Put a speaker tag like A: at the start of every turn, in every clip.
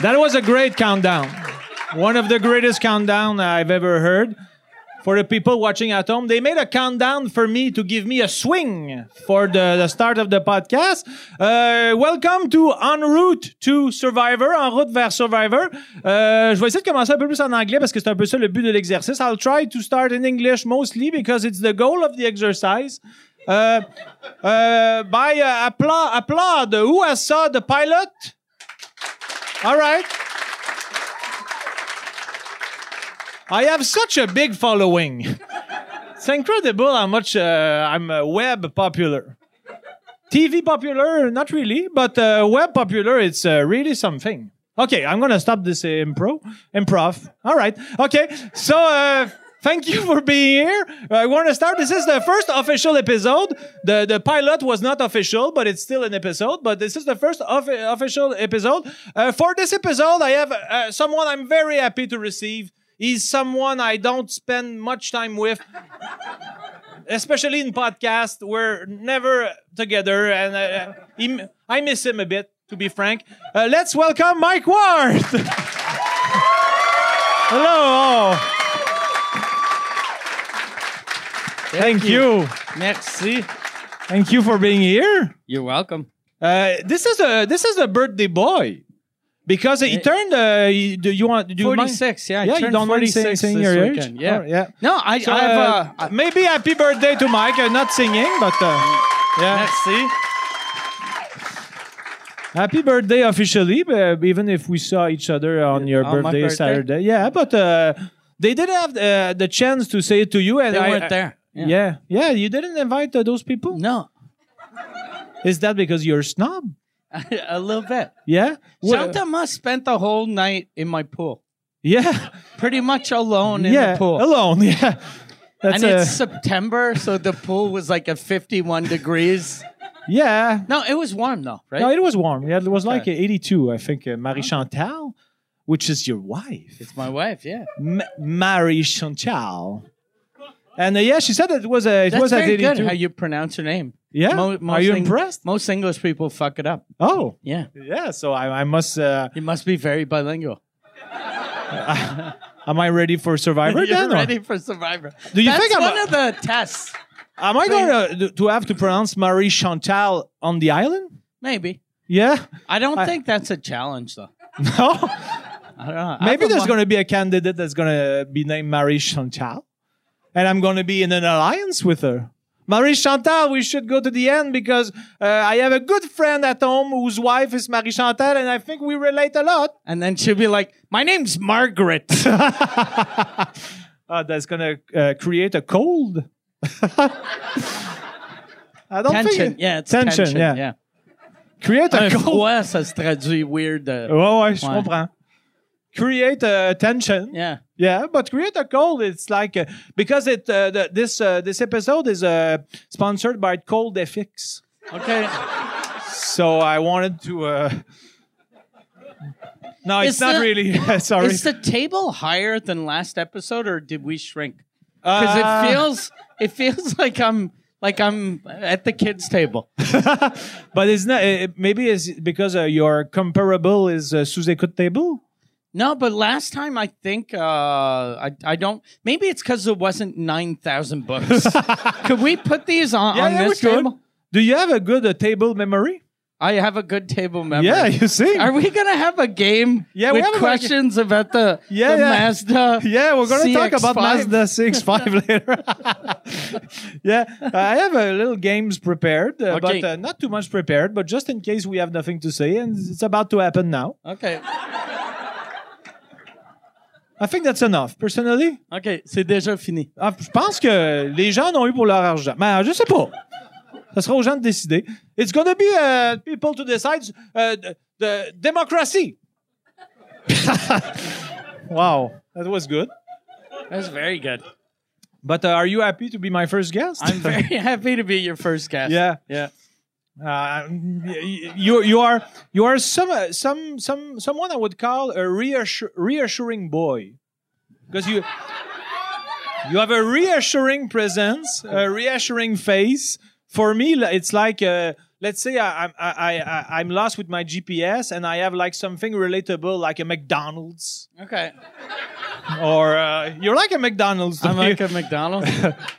A: That was a great countdown. One of the greatest countdown I've ever heard. For the people watching at home, they made a countdown for me to give me a swing for the, the start of the podcast. Euh, welcome to En route to Survivor, En route vers Survivor. Euh, je vais essayer de commencer un peu plus en anglais parce que c'est un peu ça le but de l'exercice. I'll try to start in English mostly because it's the goal of the exercise. Euh, euh, by uh, appla- applaud, who has saw the pilot? All right. I have such a big following. It's incredible how much uh, I'm uh, web popular. TV popular, not really, but uh, web popular, it's uh, really something. Okay, I'm gonna stop this uh, impro, improv. All right. Okay, so uh, thank you for being here. I want to start. This is the first official episode. The the pilot was not official, but it's still an episode. But this is the first of- official episode. Uh, for this episode, I have uh, someone I'm very happy to receive. He's someone I don't spend much time with especially in podcast we're never together and uh, he m- i miss him a bit to be frank uh, let's welcome mike ward hello thank, you.
B: Merci.
A: thank you for being here
B: You're welcome.
A: uh, this is a this is a birthday boy because he
B: Eh.
A: turned uh, he- do you want do you mind-
B: 46, yeah. I
A: yeah, you
B: turned
A: don't mind saying,
B: 46
A: saying
B: this
A: your age?
B: weekend, Yeah.
A: Oh, yeah.
B: No, I,
A: So,
B: I
A: uh,
B: have a...
A: maybe happy birthday to Mike. Uh, not singing, but uh, yeah,
B: Merci.
A: happy birthday officially. Uh, even if we saw each other on your
B: On my
A: birthday,
B: birthday?
A: Saturday, yeah, but uh, they did have uh, the chance to say it to you, and
B: They
A: I,
B: weren't
A: I-
B: there.
A: yeah. yeah, you didn't invite uh, those people.
B: No.
A: Is that because you're a snob?
B: a little bit.
A: Yeah, Well,
B: Santa must spent the whole night in my pool.
A: yeah,
B: Pretty much alone in
A: yeah,
B: the pool.
A: alone. Yeah, that's
B: and
A: uh,
B: it's September, so the pool was like at 51 degrees.
A: yeah.
B: No, it was warm though, right?
A: No, it was warm. Yeah, it was like uh,
B: Okay. Uh-huh.
A: 82, I think. Uh, Marie Chantal, which is your wife.
B: it's my wife, yeah.
A: M- Marie Chantal. And uh, yeah, she said it was a it
B: That's
A: was at
B: very good
A: 82.
B: how you pronounce your name.
A: yeah,
B: Mo- most
A: are you
B: Eng-
A: impressed?
B: Most English people fuck it up.
A: Oh,
B: Yeah.
A: yeah. So I, I must. Uh,
B: You must be very bilingual.
A: am I ready for Survivor?
B: You're
A: then, or-
B: ready for Survivor.
A: Do you
B: That's
A: think I'm
B: one
A: a-
B: of the tests?
A: Am I going to to have to pronounce Marie Chantal on the island?
B: Maybe.
A: Yeah.
B: I don't
A: I-
B: think that's a challenge, though.
A: No.
B: I don't know.
A: Maybe there's going
B: going
A: to be a candidate that's going to be named Marie Chantal, and I'm going to be in an alliance with her. Marie Chantal, we should go to the end because uh, I have a good friend at home whose wife is Marie Chantal, and I think we relate a lot.
B: And then she'll be like, "My name's Margaret."
A: Uh, that's going to uh, create a cold. I don't
B: tension.
A: think.
B: Yeah, it's
A: tension.
B: tension.
A: yeah.
B: yeah.
A: Create a
B: Un
A: cold.
B: froid, ça se traduit weird. euh,
A: Oh, ouais, je
B: Ouais.
A: comprends. Create a tension.
B: Yeah.
A: Yeah, but create a cold. It's like uh, because it uh, the, this uh, this episode is uh, sponsored by Cold FX.
B: Okay.
A: So I wanted to. Uh... No, it's,
B: Is
A: not
B: the-
A: really. sorry,
B: Is the table higher than last episode, or did we shrink? Because
A: Uh,
B: it feels it feels like I'm like I'm at the kids' table.
A: but it's not. It, maybe it's because uh, your comparable is uh, sous écoute table.
B: No, but last time I think uh, I I don't. Maybe it's because there wasn't nine thousand books. could we put these on, on this
A: we could.
B: table?
A: Do you have a good uh, table memory?
B: I have a good table memory.
A: Yeah, you see.
B: Are we gonna have a game
A: Yeah, we
B: with
A: have a-
B: questions about the,
A: Yeah,
B: the
A: yeah.
B: Mazda?
A: Yeah, we're gonna talk about
B: CX-5?
A: Mazda 6.5 later. yeah, I have a little games prepared, uh,
B: Okay.
A: but uh, not too much prepared, but just in case we have nothing to say, and it's about to happen now.
B: Okay,
A: I think that's enough. Personally,
B: okay, c'est déjà fini.
A: Ah, je pense que les gens en ont eu pour leur argent. Mais euh, je sais pas. Ça sera aux gens de décider. It's gonna be uh, people to decide uh, the, the democracy. wow, that was good.
B: That's very good.
A: But uh, are you happy to be my first guest?
B: I'm very happy to be your first guest.
A: Yeah.
B: yeah.
A: Uh, you you are you are some uh, some some someone I would call a reassur- reassuring boy because you you have a reassuring presence, a reassuring face. For me, li- it's like uh, let's say I, I, I, I, I'm lost with my GPS and I have like something relatable, like a McDonald's.
B: Okay.
A: Or uh, you're like a McDonald's to
B: I'm
A: me,
B: like a McDonald's.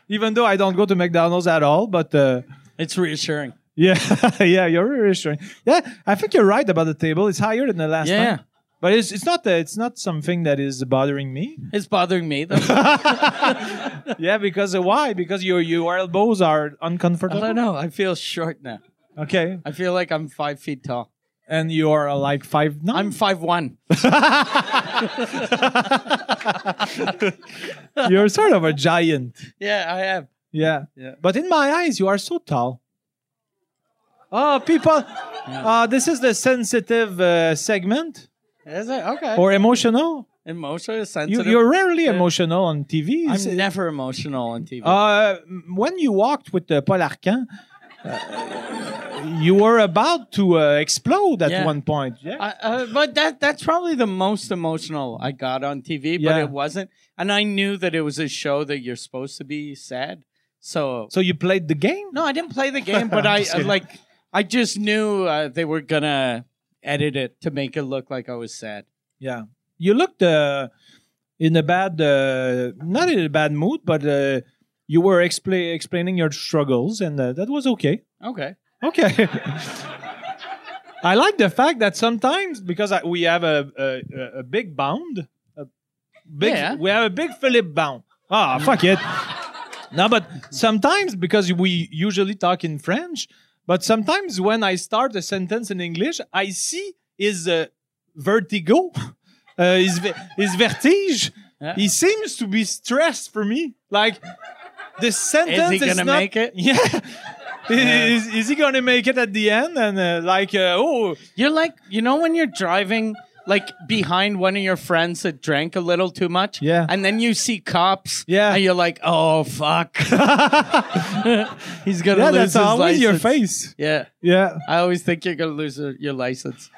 A: even though I don't go to McDonald's at all. But uh,
B: It's reassuring.
A: yeah, yeah, you're reassuring. Yeah, I think you're right about the table. It's higher than the last
B: Yeah.
A: time. But it's, it's not uh, it's not something that is bothering me.
B: It's bothering me though.
A: yeah, because uh, why? Because your your elbows are
B: I
A: uncomfortable.
B: don't know. I feel short now.
A: Okay,
B: I feel like I'm five feet tall.
A: and you are uh, like five nine.
B: I'm five one.
A: You're sort of a giant.
B: yeah, I am.
A: Yeah.
B: Yeah.
A: But in my eyes, you are so tall. Oh, people. Uh, this is the sensitive uh, segment
B: Is it okay?
A: or emotional.
B: Emotional,
A: You,
B: sensitive.
A: you're rarely emotional on TV. Is
B: I'm
A: it-
B: never emotional on TV.
A: Uh, m- when you walked with uh, Paul Arcan, uh, you were about to uh, explode at
B: Yeah.
A: one point. Yeah.
B: I, uh, but that that's probably the most emotional I got on TV, but
A: Yeah.
B: it wasn't. And I knew that it was a show that you're supposed to be sad. So
A: so you played the game?
B: no, I didn't play the game, but
A: I'm
B: I
A: just kidding.
B: like I just knew uh, they were gonna edit it to make it look like I was sad.
A: Yeah. You looked uh, in a bad, uh, not in a bad mood, but uh, you were expla- explaining your struggles, and uh, that was okay.
B: Okay.
A: Okay. I like the fact that sometimes because I, we have a, a a- a big bound, a big
B: Yeah.
A: we have a big Philip bound. Ah, fuck it. No, but sometimes because we usually talk in French, but sometimes when I start a sentence in English, I see is uh, vertigo, uh, is ve- is vertige.
B: Yeah.
A: He seems to be stressed for me. Like the
B: Is
A: sentence
B: he
A: is
B: gonna
A: not-
B: make it?
A: yeah. Is, is he gonna make it at the end and uh, like uh, oh
B: You're like you know when you're driving like behind one of your friends that drank a little too much.
A: Yeah.
B: And then you see cops.
A: Yeah.
B: And you're like, oh fuck. He's gonna
A: yeah
B: lose
A: that's
B: his
A: always your
B: license.
A: face
B: Yeah.
A: yeah
B: I always think you're gonna lose your, your license.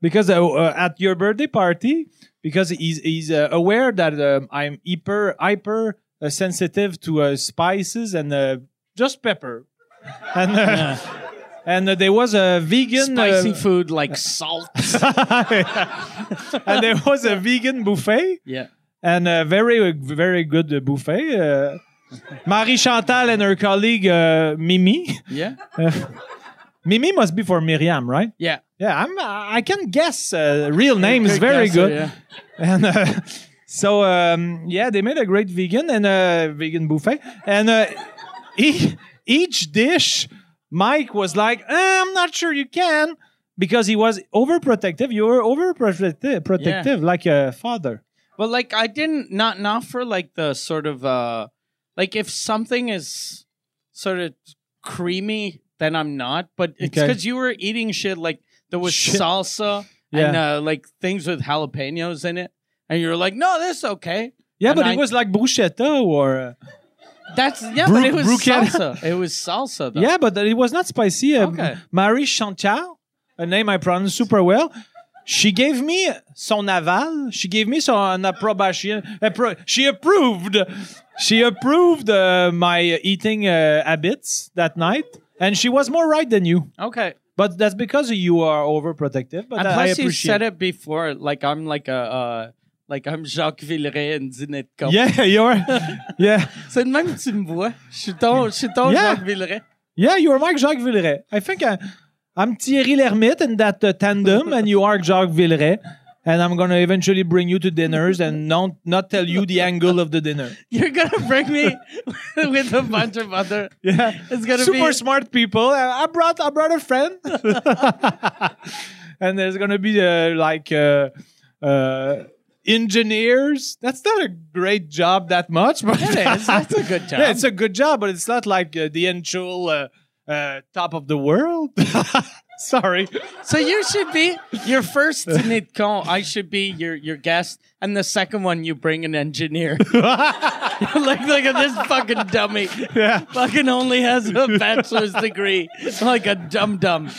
A: because uh, uh, at your birthday party because he's he's uh, aware that um, I'm hyper hyper uh, sensitive to uh, spices and uh, just pepper and uh, and uh, there was a vegan uh,
B: Spicy food like salt.
A: and there was a vegan buffet
B: yeah.
A: and a very very good uh, buffet. Uh, Marie Chantal and her colleague uh, Mimi.
B: Yeah.
A: Mimi must be for Miriam, right?
B: Yeah.
A: Yeah, I'm. I can guess uh, real name is very
B: guess,
A: good.
B: yeah.
A: And uh, so um, yeah, they made a great vegan and uh, vegan buffet. And uh, e- each dish, Mike was like, "Eh, "I'm not sure you can." Because he was overprotective, you were overprotective, protective, like a father.
B: But like I didn't not not for like the sort of uh like if something is sort of creamy, then I'm not. But it's
A: Okay.
B: because you were eating shit like there was
A: Shit.
B: salsa and uh, like things with jalapenos in it, and you're like, no, this is okay.
A: Yeah,
B: And
A: but
B: I-
A: it was like bruschetta or. Uh,
B: That's yeah,
A: Bru-
B: but it was
A: bruschetta.
B: salsa. It was salsa. Though.
A: Yeah, but it was not spicy. Uh,
B: Okay.
A: Marie Chantal, a name I pronounce super well. She gave me son aval. She gave me son approbation. appro- she approved. She approved uh, my eating uh, habits that night, and she was more right than you.
B: Okay.
A: But that's because you are overprotective. But uh,
B: And
A: I, I
B: plus,
A: appreciate.
B: you said it before. Like I'm like a uh, like I'm Jacques Villeray and Zinette Cobb.
A: Yeah, you're. yeah,
B: C'est le même que tu me vois. Je suis ton, je suis ton
A: Yeah.
B: Jacques Villeray.
A: yeah, you are Marc Jacques Villeray. I think I, I'm Thierry Lhermitte in that uh, tandem, and you are Jacques Villeray. And I'm gonna eventually bring you to dinners and not not tell you the angle of the dinner.
B: You're gonna bring me with a bunch of other.
A: Yeah,
B: It's gonna
A: super
B: be-
A: smart people. I I brought I brought a friend, and there's gonna be uh, like uh, uh, engineers. That's not a great job that much, but
B: It is. That's a good job.
A: yeah, it's a good job, but it's not like uh, the actual uh, uh, top of the world. Sorry.
B: so you should be your first Zinette Cobb. I should be your your guest, and the second one you bring an engineer. like look at this fucking dummy.
A: Yeah.
B: Fucking only has a bachelor's degree, like a dum dum.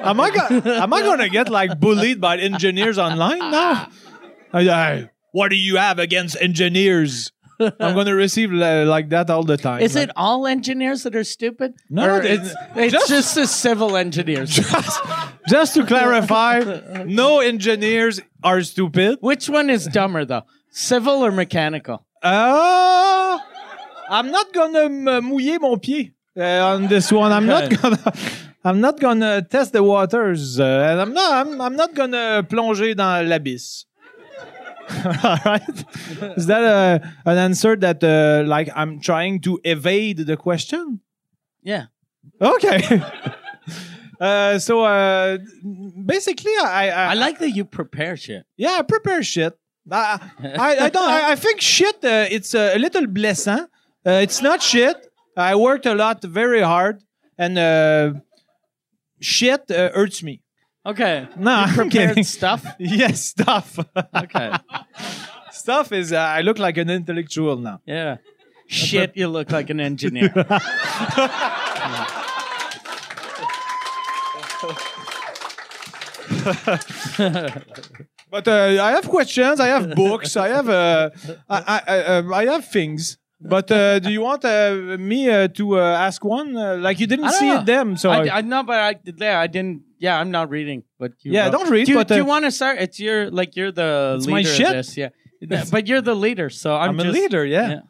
A: Am I go- am I gonna get like bullied by engineers online now? I- I- what do you have against engineers? I'm going to receive li- like that all the time.
B: Is
A: Like,
B: it all engineers that are stupid?
A: No,
B: Or
A: they-
B: it's, it's
A: just-
B: just, the civil engineers.
A: Just to clarify, no engineers are stupid.
B: Which one is dumber though, civil or mechanical?
A: Uh, I'm not gonna m- mouiller mon pied uh, on this one. I'm not
B: Okay.
A: gonna. I'm not gonna test the waters, uh, and I'm not. I'm, I'm not gonna plonger dans l'abyss. All right. Is that a, an answer that uh, like I'm trying to evade the question?
B: Yeah.
A: Okay. uh, so uh, basically, I I,
B: I like that you prepare shit.
A: yeah, I prepare shit. I, I, I don't. I, I think shit. Uh, it's a little blessing. Uh, it's not shit. I worked a lot, very hard, and uh, shit uh, hurts me.
B: Okay.
A: No, I'm
B: Prepared
A: kidding.
B: stuff.
A: Yes, stuff.
B: Okay.
A: stuff is. Uh, I look like an intellectual now.
B: Yeah. Shit, you look like an engineer.
A: But uh, I have questions. I have books. I have. Uh, I, I, uh, I have things. But uh, do you want uh, me uh, to uh, ask one? Uh, like you didn't
B: I don't
A: see
B: know.
A: it them, so
B: I, I know, but I yeah, I didn't. Yeah, I'm not reading. But you
A: Yeah,
B: wrote-
A: don't read,
B: Do you,
A: but,
B: do
A: uh,
B: you want to start? It's your like you're the
A: It's
B: leader
A: my shit.
B: of this. Yeah, but you're the leader, so I'm,
A: I'm, a
B: just-
A: leader. Yeah.
B: yeah.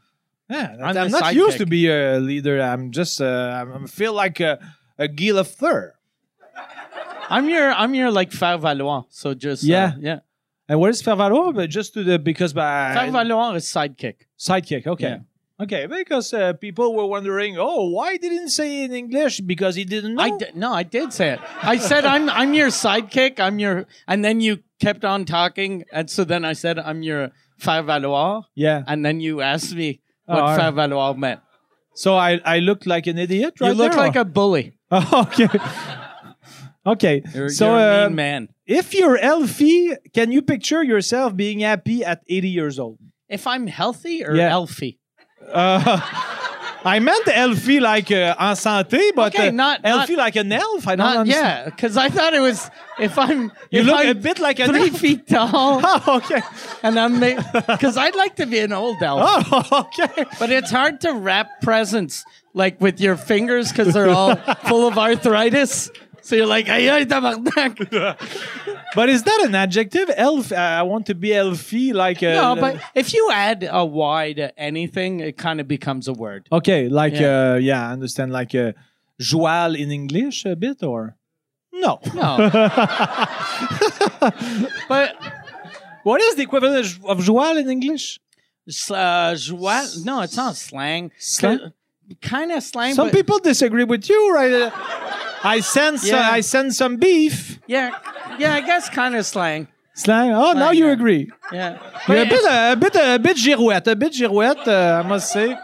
A: Yeah,
B: I'm
A: I'm,
B: the
A: not
B: sidekick.
A: used to be a leader. I'm just uh, I'm- I feel like a, a Guy Lafleur.
B: I'm your I'm your like Faire Valois. So just uh,
A: Yeah.
B: yeah.
A: And where is Fervalo? But just to the because by
B: Faire Valois is sidekick.
A: sidekick. Okay, okay, because uh, people were wondering, oh, why didn't say in English? Because he didn't know.
B: I di- no, I did say it. I said I'm I'm your sidekick. I'm your, and then you kept on talking, and so then I said I'm your Faire Valois,
A: yeah,
B: and then you asked me
A: Oh,
B: what
A: all right.
B: Faire Valois meant.
A: so I I looked like an idiot. Right
B: you look
A: there,
B: like a bully.
A: a okay. Okay,
B: You're,
A: so
B: you're a
A: uh,
B: mean man.
A: if you're healthy, can you picture yourself being happy at 80 years old?
B: If I'm healthy or
A: Yeah.
B: healthy.
A: Uh, I meant elfie like uh, en santé, but
B: Okay,
A: uh,
B: not-
A: elfie like an elf. I don't
B: Not,
A: understand.
B: Uh, yeah, because I thought it was if I'm
A: You
B: if
A: look
B: I'm
A: a bit like an
B: three
A: elf.
B: feet tall
A: Oh, okay.
B: and I'm because I'd like to be an old elf,
A: Oh, okay.
B: but it's hard to wrap presents like with your fingers because they're all full of arthritis. So you're like, aïe, aïe, tabarnak.
A: But is that an adjective? Elf. Uh, I want to be elfie like. Uh,
B: no, but if you add a Y to anything, it kind of becomes a word.
A: okay, like yeah,
B: Yeah.
A: uh, yeah I understand. Like uh, joual in English a bit or no.
B: No, but
A: What is the equivalent of- of joual in English?
B: S- uh, joie. No, it's not slang.
A: Slang?
B: Kind of slang.
A: Some
B: but
A: people disagree with you, right? Uh, I sense.
B: Yeah.
A: I sense some beef.
B: Yeah, yeah. I guess kind of slang.
A: Slang. Oh, now
B: Slang,
A: you
B: yeah.
A: agree.
B: Yeah.
A: Yeah, a
B: But
A: bit, uh, a bit, a bit girouette, a bit girouette. Uh, I must say,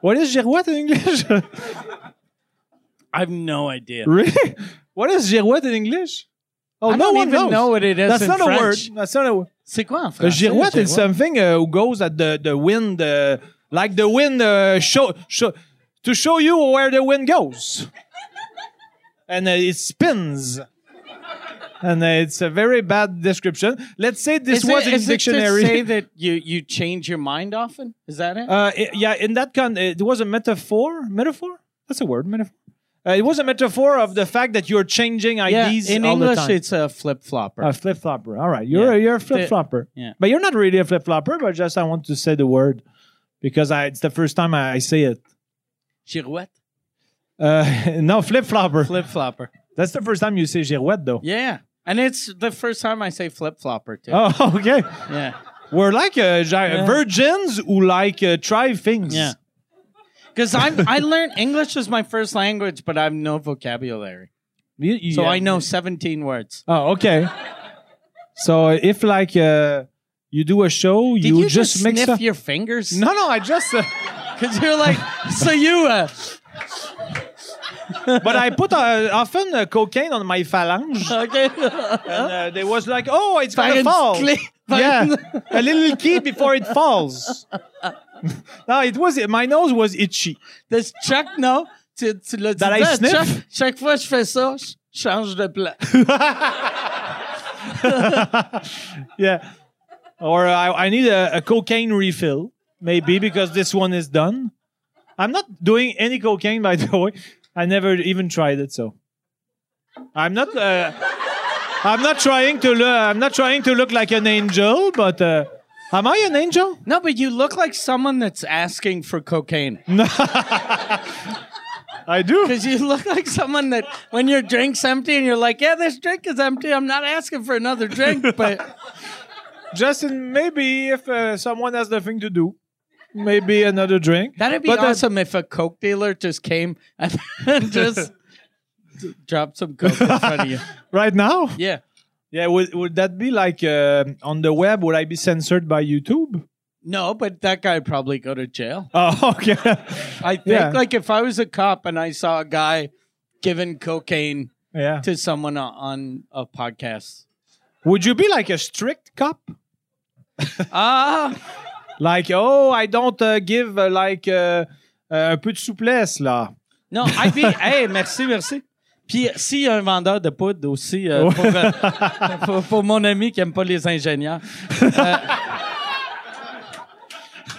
A: what is girouette in English?
B: I have no idea.
A: really? What is girouette in English? Oh,
B: I
A: no
B: don't
A: one
B: even
A: knows.
B: know what it is
A: That's
B: in
A: not
B: French.
A: a word. That's not a word.
B: C'est quoi en
A: A
B: français,
A: girouette is
B: girouette?
A: something uh, who goes at the the wind, uh, like the wind uh, show, show to show you where the wind goes, and uh, it spins. And uh, it's a very bad description. Let's say this
B: Is
A: was
B: it,
A: in
B: is
A: dictionary.
B: It to say that you you change your mind often. Is that it?
A: Uh, i- yeah, in that con, it was a metaphor. Metaphor? That's a word. Metaphor. Uh, it was a metaphor of the fact that you're changing
B: yeah.
A: ideas
B: In
A: all the
B: English,
A: time. Uh,
B: it's a flip flopper.
A: a flip flopper. All right, you're a,
B: Yeah.
A: you're a flip
B: The-
A: flopper.
B: yeah.
A: But you're not really a flip flopper. But just I want to say the word because I, it's the first time I, I say it.
B: girouette.
A: Uh, no flip flopper.
B: Flip flopper.
A: That's the first time you say girouette, though.
B: Yeah. And it's the first time I say flip flopper too.
A: Oh, okay.
B: Yeah.
A: We're like uh, gi- virgins who like uh, try things.
B: Yeah. Because I'm I learned English was my first language, but I have no vocabulary,
A: You- you-
B: so
A: yeah.
B: I know 17 words.
A: Oh, okay. So if like uh, you do a show,
B: Did
A: you,
B: you,
A: just, mix
B: sniff
A: up.
B: your fingers?
A: No, no, I just. Uh,
B: Because you're like, so you, uh,
A: but I put uh, often uh, cocaine on my phalange,
B: okay.
A: and uh, they was like, "Oh, it's gonna
B: Fucking
A: fall."
B: cle-
A: yeah,
B: fucking-
A: a little key before it falls. no, it was my nose was itchy.
B: Does Chuck know? Tu, tu l'as dit,
A: That I
B: Ah,
A: sniff?
B: Chuck, chaque fois que je fais ça, je change de plan.
A: yeah, or I, I need a, a cocaine refill. maybe because this one is done. I'm not doing any cocaine, by the way. I never even tried it, so I'm not. Uh, I'm not trying to look. I'm not trying to look like an angel, but uh, am I an angel?
B: No, but you look like someone that's asking for cocaine.
A: I do.
B: Because you look like someone that when your drink's empty and you're like, yeah, this drink is empty. I'm not asking for another drink, but
A: Justin, maybe if uh, someone has nothing to do, maybe another drink.
B: that'd be
A: But, uh,
B: awesome if a Coke dealer just came and just d- dropped some Coke in front of you.
A: right now.
B: Yeah.
A: Yeah, would, would that be like uh, on the web? Would I be censored by YouTube?
B: No, but that guy would probably go to jail.
A: Oh, okay.
B: I think,
A: Yeah.
B: like, if I was a cop and I saw a guy giving cocaine
A: yeah.
B: to someone o- on a podcast.
A: Would you be like a strict cop?
B: Ah,
A: Like, oh, I don't uh, give uh, like uh, uh, un peu de souplesse là.
B: non, I'd be, hey, merci, merci. Puis euh, s'il y a un vendeur de poudre aussi, euh,
A: Ouais.
B: pour, euh, pour- pour mon ami qui aime pas les ingénieurs. Euh,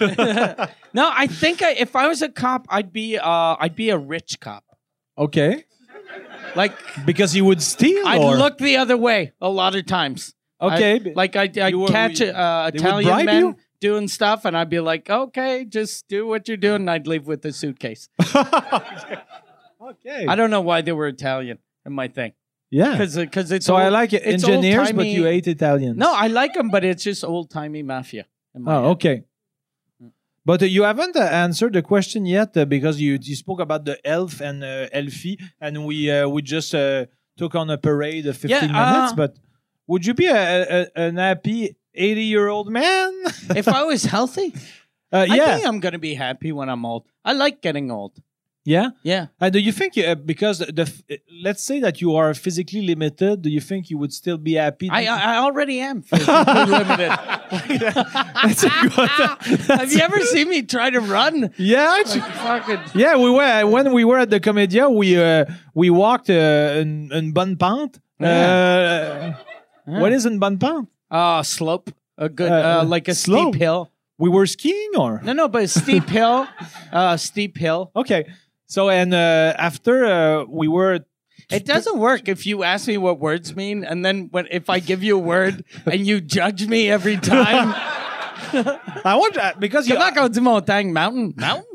B: Euh, no, I think I, if I was a cop, I'd be, uh, I'd be a rich cop.
A: Okay.
B: Like
A: Because you would steal.
B: I'd
A: or-
B: look the other way a lot of times.
A: Okay,
B: I-
A: but
B: like I, I
A: you were-
B: catch uh,
A: would
B: Italian
A: bribe
B: men
A: you?
B: doing stuff, and I'd be like, "Okay, just do what you're doing," and I'd leave with a suitcase.
A: Okay.
B: I don't know why they were Italian in my thing,
A: yeah.
B: because because it's
A: So
B: old,
A: I like it.
B: it's
A: engineers, but
B: old-timey-
A: you hate Italians.
B: No, I like them, but it's just old timey mafia. in my
A: Oh,
B: head. Mm.
A: okay. But uh, you haven't uh, answered the question yet uh, because you, you spoke about the elf and uh, Elfie, and we uh, we just uh, took on a parade of 15
B: Yeah,
A: minutes.
B: uh,
A: But would you be a, a, an happy 80 year old man?
B: if I was healthy,
A: Uh,
B: I
A: yeah.
B: think I'm gonna be happy when I'm old. I like getting old.
A: Yeah.
B: Yeah.
A: Uh, do you think, uh, because the f- uh, let's say that you are physically limited, do you think you would still be happy?
B: I, uh, I I already am physically limited.
A: That's a good-
B: Have you ever seen me try to run?
A: yeah. it's-
B: Fucking
A: Yeah, we were when we were at the Comedia, we uh, we walked uh, une, une bonne pente. Uh, What is une bonne pente?
B: uh, slope, a good
A: Uh,
B: uh, like a
A: slope.
B: steep hill.
A: We were skiing or
B: No, no, but a steep hill, uh, steep hill.
A: okay. So and uh, after uh, we were
B: It doesn't work if you ask me what words mean, and then when if I give you a word and you judge me every time.
A: I want uh, because you
B: Come on, go to Montagne Mountain. Mountain?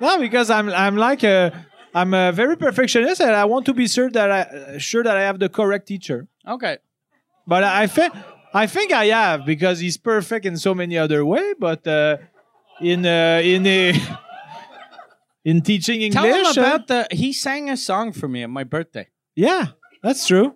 A: no because I'm I'm like a I'm a very perfectionist and I want to be sure that I uh, sure that I have the correct teacher.
B: Okay.
A: But I think I think I have because he's perfect in so many other way. But uh, in uh, in uh, in teaching English,
B: Tell him
A: uh,
B: about the. He sang a song for me at my birthday.
A: yeah, that's true.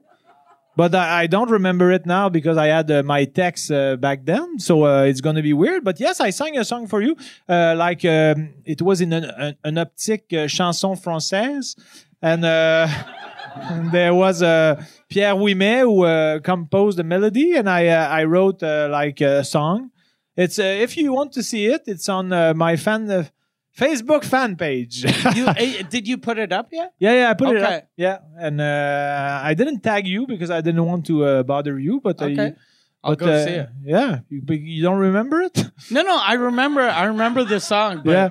A: But I, I don't remember it now because I had uh, my text uh, back then, so uh, it's gonna be weird. But yes, I sang a song for you. Uh, like um, it was in an, an, an optique uh, chanson française, and. Uh, And there was uh, Pierre Ouimet who uh, composed the melody, and I uh, I wrote uh, like a song. It's uh, if you want to see it, it's on uh, my fan uh, Facebook fan page.
B: You, eh, did you put it up yet?
A: yeah, yeah, I put it
B: Okay.
A: up. Yeah, and uh, I didn't tag you because I didn't want to uh, bother you. But uh,
B: Okay.
A: you-
B: I'll
A: but,
B: go
A: uh,
B: see it.
A: Yeah, you, but you don't remember it?
B: No, no, I remember. I remember the song, but
A: yeah.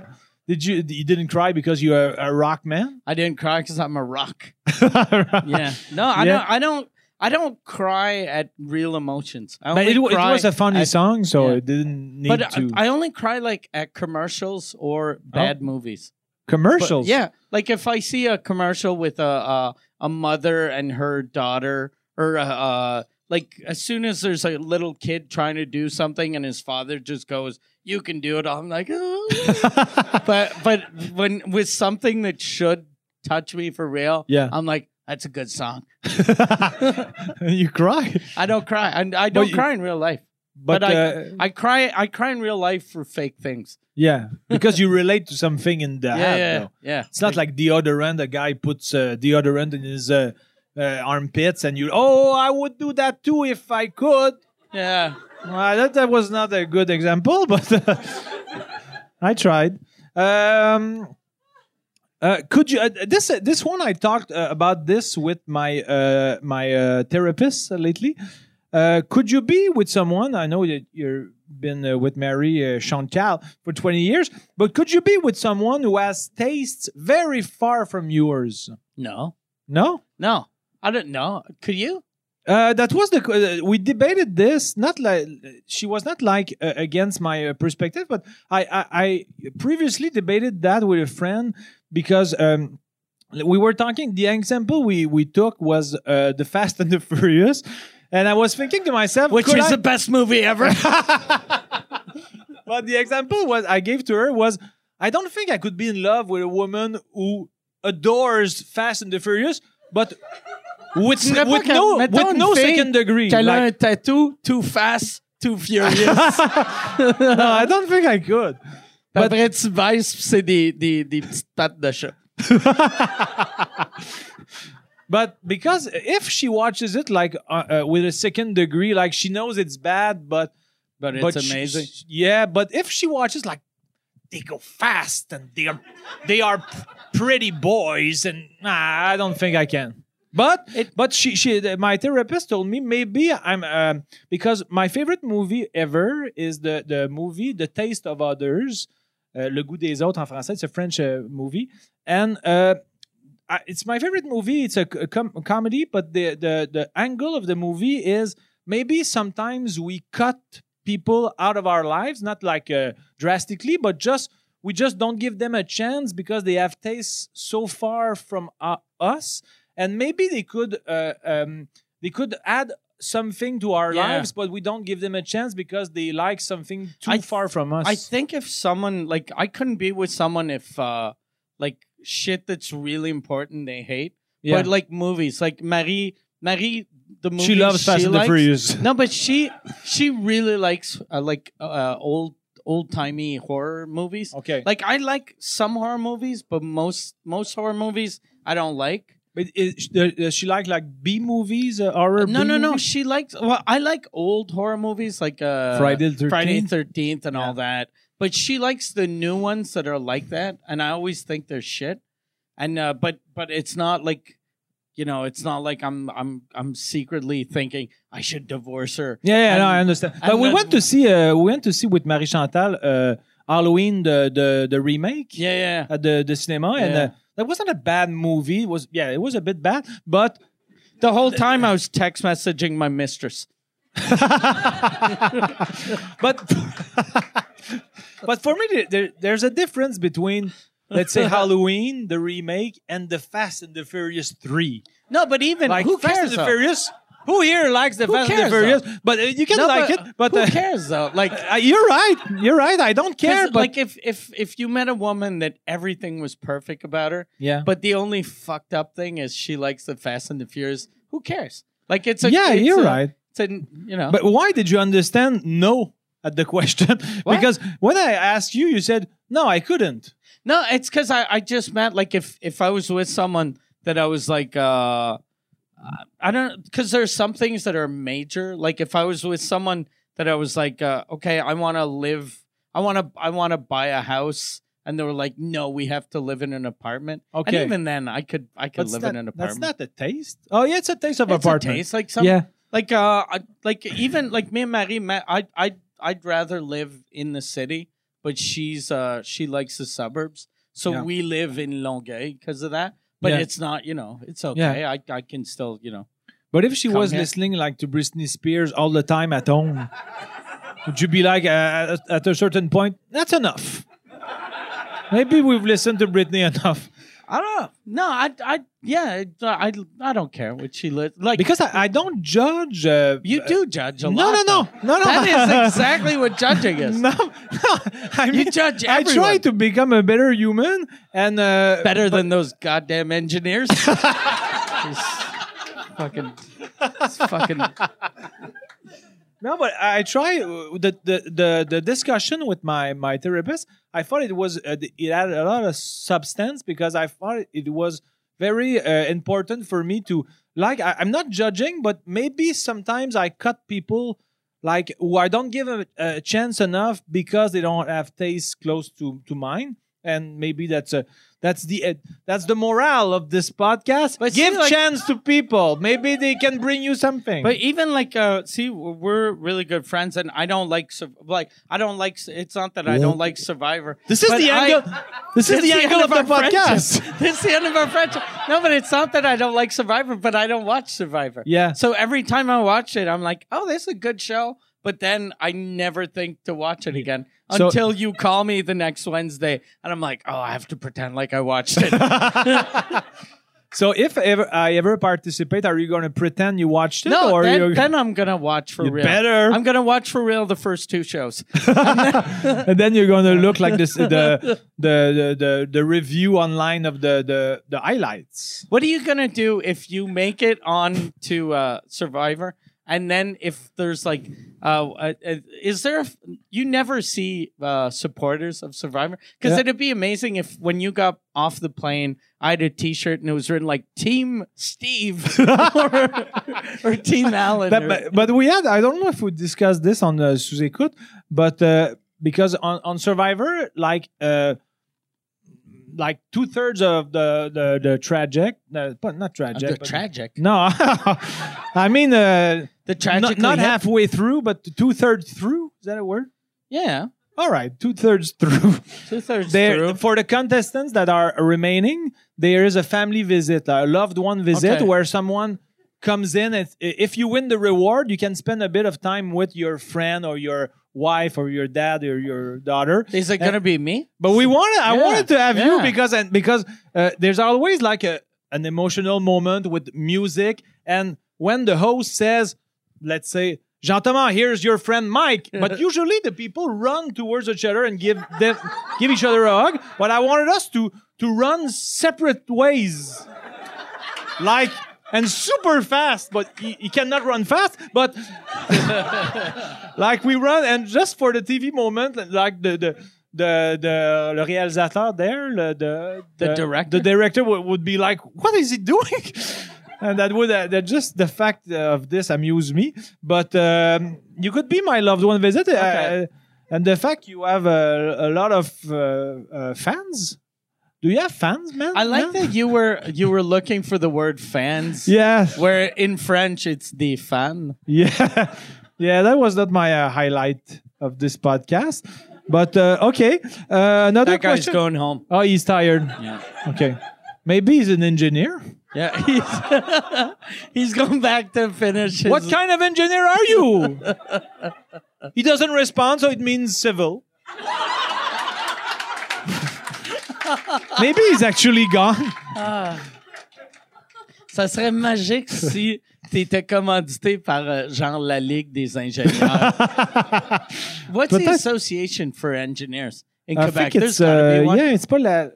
A: Did you? You didn't cry because you are a rock man.
B: I didn't cry because I'm a rock. Yeah. No, I
A: Yeah.
B: don't. I don't. I don't cry at real emotions. I
A: But
B: only
A: it, wa- it
B: cry
A: was a funny
B: at-
A: song, so
B: yeah.
A: it didn't need
B: But
A: to Oh.
B: I, I only cry like at commercials or bad movies. But
A: commercials.
B: yeah, like if I see a commercial with a a, a mother and her daughter, or a, uh like as soon as there's a little kid trying to do something and his father just goes, "You can do it," I'm like, "Oh." but but when with something that should touch me for real,
A: Yeah.
B: I'm like, that's a good song.
A: you cry.
B: I don't cry, and I don't
A: you-
B: cry in real life.
A: But,
B: But,
A: uh,
B: I, I cry, I cry in real life for fake things.
A: yeah, because you relate to something in the
B: yeah,
A: ad.
B: yeah,
A: though.
B: yeah.
A: It's not like deodorant. A guy puts uh, deodorant in his uh, uh, armpits, and you, oh, I would do that too if I could.
B: yeah.
A: Well, that, that was not a good example, but uh, I tried. Um, uh, could you uh, this uh, this one I talked uh, about this with my uh, my uh, therapist lately. Uh, could you be with someone? I know that you're been uh, with Mary uh, Chantal for 20 years, but could you be with someone who has tastes very far from yours?
B: No,
A: No?
B: no, I don't know. Could you?
A: Uh, that was the uh, we debated this. Not like she was not like uh, against my uh, perspective, but I, I I previously debated that with a friend because um we were talking. The example we we took was uh, the Fast and the Furious, and I was thinking to myself,
B: Which
A: could
B: is
A: I-
B: the best movie ever?
A: but the example was I gave to her was I don't think I could be in love with a woman who adores Fast and the Furious, but with,
B: dirais pas
A: with
B: qu'elle-
A: no
B: mettons
A: with
B: une
A: no
B: fille
A: second degree.
B: Qu'elle a
A: like-
B: un tattoo too fast, too furious.
A: no, I don't think I could.
B: Puis Après, tu baisses, puis c'est des, des, des petites pattes de chat.
A: But because if she watches it like uh, uh, with a second degree, like she knows it's bad, but
B: But it's
A: but she-
B: amazing.
A: yeah, but if she watches like they go fast and they are they are pretty boys, and nah, I don't think I can. But but she she the- my therapist told me maybe I'm um, because my favorite movie ever is the the movie The Taste of Others, uh, Le goût des autres en français. It's a French uh, movie, and uh, I, it's my favorite movie. It's a, c- a com- comedy, but the, the the angle of the movie is maybe sometimes we cut people out of our lives, not like uh, drastically, but just we just don't give them a chance because they have tastes so far from uh, us, and maybe they could uh, um, they could add something to our
B: Yeah.
A: lives, but we don't give them a chance because they like something too
B: I th-
A: far from us.
B: I think if someone, like, I couldn't be with someone if, uh, like, shit that's really important they hate.
A: yeah.
B: But, like, movies. Like, Marie, Marie, the movie
A: she loves Fast and the
B: likes-
A: Furious.
B: No, but she, she really likes, uh, like, uh, old, old timey horror movies.
A: Okay,
B: Like, I like some horror movies, but most, most horror movies I don't like.
A: but is, does- does she like like B movies, uh, horror?
B: No,
A: B
B: no, no.
A: movies?
B: She likes. Well, I like old horror movies, like uh,
A: Friday the
B: Friday
A: 13th?
B: Thirteenth, and
A: Yeah.
B: all that. But she likes the new ones that are like that, and I always think they're shit. And uh, but but it's not like, you know, it's not like I'm I'm I'm secretly thinking I should divorce her.
A: Yeah, yeah, no, I
B: And-
A: understand. But
B: and
A: we
B: the-
A: went to see, uh, we went to see with Marie Chantal uh, Halloween the the the remake
B: Yeah, yeah.
A: at the the cinema, and
B: Yeah.
A: uh, that wasn't a bad movie. It was yeah, it was a bit bad, but
B: The whole time I was text messaging my mistress.
A: but but for me, there, there's a difference between let's say Halloween the remake and the Fast and the Furious three.
B: No, but even
A: Like
B: who
A: Fast
B: cares?
A: and the
B: though?
A: Furious. Who here likes the
B: Who
A: Fast and the
B: cares,
A: Furious? But uh, you can
B: No,
A: like it. But
B: who
A: uh,
B: cares though? Like
A: uh, you're right. You're right. I don't care.
B: Because,
A: But
B: like if if if you met a woman that everything was perfect about her,
A: yeah.
B: but the only fucked up thing is she likes the Fast and the Furious. Who cares? Like it's a
A: yeah,
B: it's
A: you're
B: a-
A: right.
B: It's a, you know.
A: But why did you understand no at the question?
B: What?
A: because when I asked you, you said no, I couldn't.
B: no, it's because I I just meant like if if I was with someone that I was like uh I don't because there's some things that are major. Like if I was with someone that I was like uh, okay, I want to live, I want to I want to buy a house. And they were like, "No, we have to live in an apartment."
A: Okay.
B: And even then, I could, I could
A: That's
B: live
A: not,
B: in an
A: that's
B: apartment.
A: not the taste. Oh yeah, it's a taste of
B: It's a
A: apartment.
B: taste, like some,
A: Yeah,
B: like uh, I- like even like me and Marie, ma- I I I'd rather live in the city, but she's uh she likes the suburbs, so
A: Yeah.
B: we live in Longueuil because of that. But
A: Yeah.
B: it's not, you know, it's okay. I I can still, you know,
A: but if she
B: Come
A: was
B: here.
A: listening like to Britney Spears all the time at home, would you be like uh, at a certain point? That's enough. Maybe we've listened to Britney enough
B: I don't know. No, I I yeah, it- uh, I I don't care what she lives like.
A: because I, I don't judge. Uh,
B: you do judge a
A: No, no,
B: lot.
A: no,
B: though.
A: no, no.
B: That is exactly what judging is.
A: No, no. I mean,
B: You judge
A: I
B: everyone.
A: try to become a better human and uh,
B: better than those goddamn engineers. These fucking, these fucking.
A: No, but I try uh, the, the the the discussion with my my therapist. I thought it was uh, it had a lot of substance because I thought it was very uh, important for me to like. I, I'm not judging, but maybe sometimes I cut people like who I don't give a, a chance enough because they don't have tastes close to to mine. and maybe that's a that's the uh, that's the morale of this podcast.
B: But see,
A: Give
B: like-
A: chance to people. Maybe they can bring you something.
B: But even like, uh, see, we're really good friends, and I don't like, Sur- like, I don't like. It's not that I don't like Survivor.
A: this is
B: but
A: the
B: I-
A: angle. this is
B: It's
A: the angle of the
B: our
A: podcast.
B: friendship. It's the end of our friendship. No, but it's not that I don't like Survivor, but I don't watch Survivor.
A: Yeah.
B: So every time I watch it, I'm like, oh, this is a good show. But then I never think to watch it again
A: So-
B: until you call me the next Wednesday, and I'm like, oh, I have to pretend like I watched it.
A: So if ever I ever participate, are you going to pretend you watched it,
B: no,
A: or
B: then,
A: you
B: then I'm gonna watch for
A: You
B: real.
A: better.
B: I'm gonna watch for real the first two shows.
A: and then you're going to look like this the, the the the the review online of the the the highlights.
B: What are you gonna do if you make it on to uh, Survivor, and then if there's like, uh, uh, uh, is there? A f- you never see uh, supporters of Survivor because
A: Yeah.
B: it'd be amazing if when you got off the plane, I had a T-shirt and it was written like Team Steve or, or Team Allen.
A: But,
B: or-
A: but, but we had I don't know if we discussed this on uh, sous écoute, but uh, because on, on Survivor, like uh, like two thirds of the the the tragic, uh, but not
B: Uh,
A: tragic,
B: the
A: but-
B: tragic,
A: no, I mean uh,
B: the
A: not,
B: tragic,
A: not halfway through, but two thirds through. Is that a word?
B: Yeah,
A: All right, two thirds through.
B: two thirds
A: There,
B: through.
A: for the contestants that are remaining, there is a family visit, a loved one visit,
B: Okay.
A: where someone comes in. And if you win the reward, you can spend a bit of time with your friend or your wife or your dad or your daughter.
B: Is it gonna be me?
A: But we wanted, I
B: Yeah,
A: wanted to have you
B: yeah.
A: because and because uh, there's always like a an emotional moment with music, and when the host says, let's say. Jean Thomas, here's your friend Mike. But usually the people run towards each other and give them, give each other a hug. But I wanted us to to run separate ways, like and super fast. But he, he cannot run fast. But like we run and just for the TV moment, like the the the the le réalisateur there, le, the,
B: The director?
A: the director would, would be like, what is he doing? and that would uh, that just the fact of this amused me. But um, you could be my loved one visit,
B: Okay.
A: uh, and the fact you have a, a lot of uh, uh, fans. Do you have fans, man?
B: I like
A: man?
B: that you were you were looking for the word fans.
A: Yeah,
B: Where in French it's the fan.
A: Yeah, yeah, that was not my uh, highlight of this podcast. But uh, okay, uh, another
B: That guy's
A: question.
B: going home.
A: oh, he's tired.
B: Yeah.
A: Okay, maybe he's an engineer.
B: Yeah. He's, he's going back to finish his.
A: What kind of engineer are you? he doesn't respond, so it means civil. maybe he's actually gone.
B: Ça serait magique si t'étais commandité par euh, genre la Ligue des ingénieurs. What's the
A: Peut-être-
B: association for engineers in
A: I
B: Quebec?
A: think it's
B: There's gotta
A: uh,
B: be one.
A: yeah, it's pas la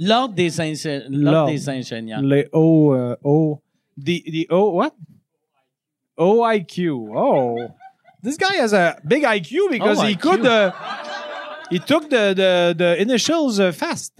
B: L'ordre des, ingé- l'ordre des ingénieurs.
A: le O uh, O the the O what? OIQ. Oh, this guy has a big IQ because he
B: OIQ.
A: could. Uh, he took the the the initials uh, fast.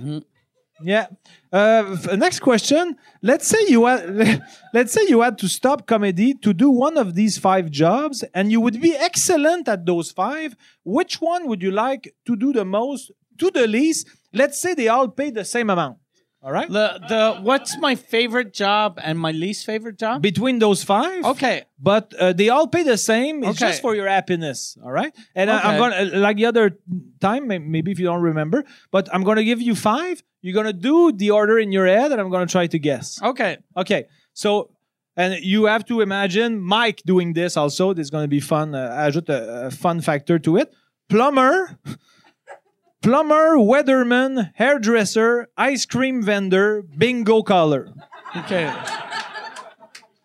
A: Yeah. Uh, f- next question. Let's say you had, let's say you had to stop comedy to do one of these five jobs, and you would be excellent at those five. Which one would you like to do the most, to the least? Let's say they all pay the same amount. All right.
B: The, the, what's my favorite job and my least favorite job?
A: between those five.
B: Okay.
A: But uh, they all pay the same. It's
B: Okay.
A: just for your happiness. All right. And I, I'm
B: Okay.
A: going to, like the other time, may- maybe if you don't remember, but I'm going to give you five. You're going to do the order in your head and I'm going to try to guess.
B: Okay.
A: Okay. So, and you have to imagine Mike doing this also. This is going to be fun. Uh, ajoute a, a fun factor to it. Plumber, plumber, weatherman, hairdresser, ice cream vendor, bingo caller.
B: Okay.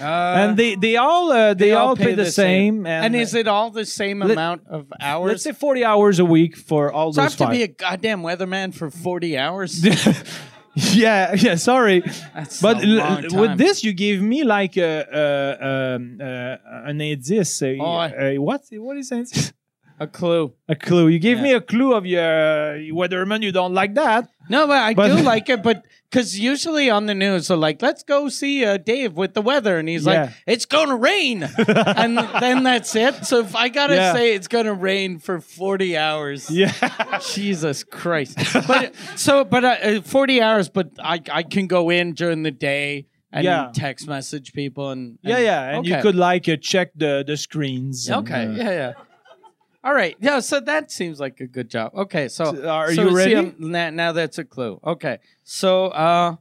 B: Uh,
A: and they they all uh, they, all pay, the, same. uh,
B: And, is it all the same amount of hours?
A: let's say forty hours a week for all
B: Do I
A: those
B: have to
A: five.
B: be a goddamn weatherman for 40 hours?
A: yeah, yeah. Sorry,
B: That's
A: but
B: a long
A: l- with
B: time.
A: this you gave me like a, uh um, uh, an indice. Uh,
B: Oh, I-
A: uh, what what is it?
B: a clue.
A: A clue. You gave
B: Yeah.
A: me a clue of your uh, weatherman. You don't like that.
B: No, but I
A: But-
B: do like it, but because usually on the news, they're like, let's go see uh, Dave with the weather. And he's like,
A: Yeah.
B: it's going to rain. and then that's it. So if I got to
A: Yeah.
B: say it's going to rain for 40 hours,
A: Yeah.
B: Jesus Christ. But so, but uh, uh, 40 hours, but I, I can go in during the day and
A: Yeah.
B: text message people. And,
A: Yeah,
B: and-
A: yeah, and you
B: Okay.
A: could like uh, check the the screens. and,
B: Okay.
A: uh,
B: Yeah, yeah. All right. Yeah. So that seems like a good job. Okay. So
A: So uh, are
B: so
A: you
B: see,
A: ready?
B: um, na- now, that's a clue. Okay. So uh,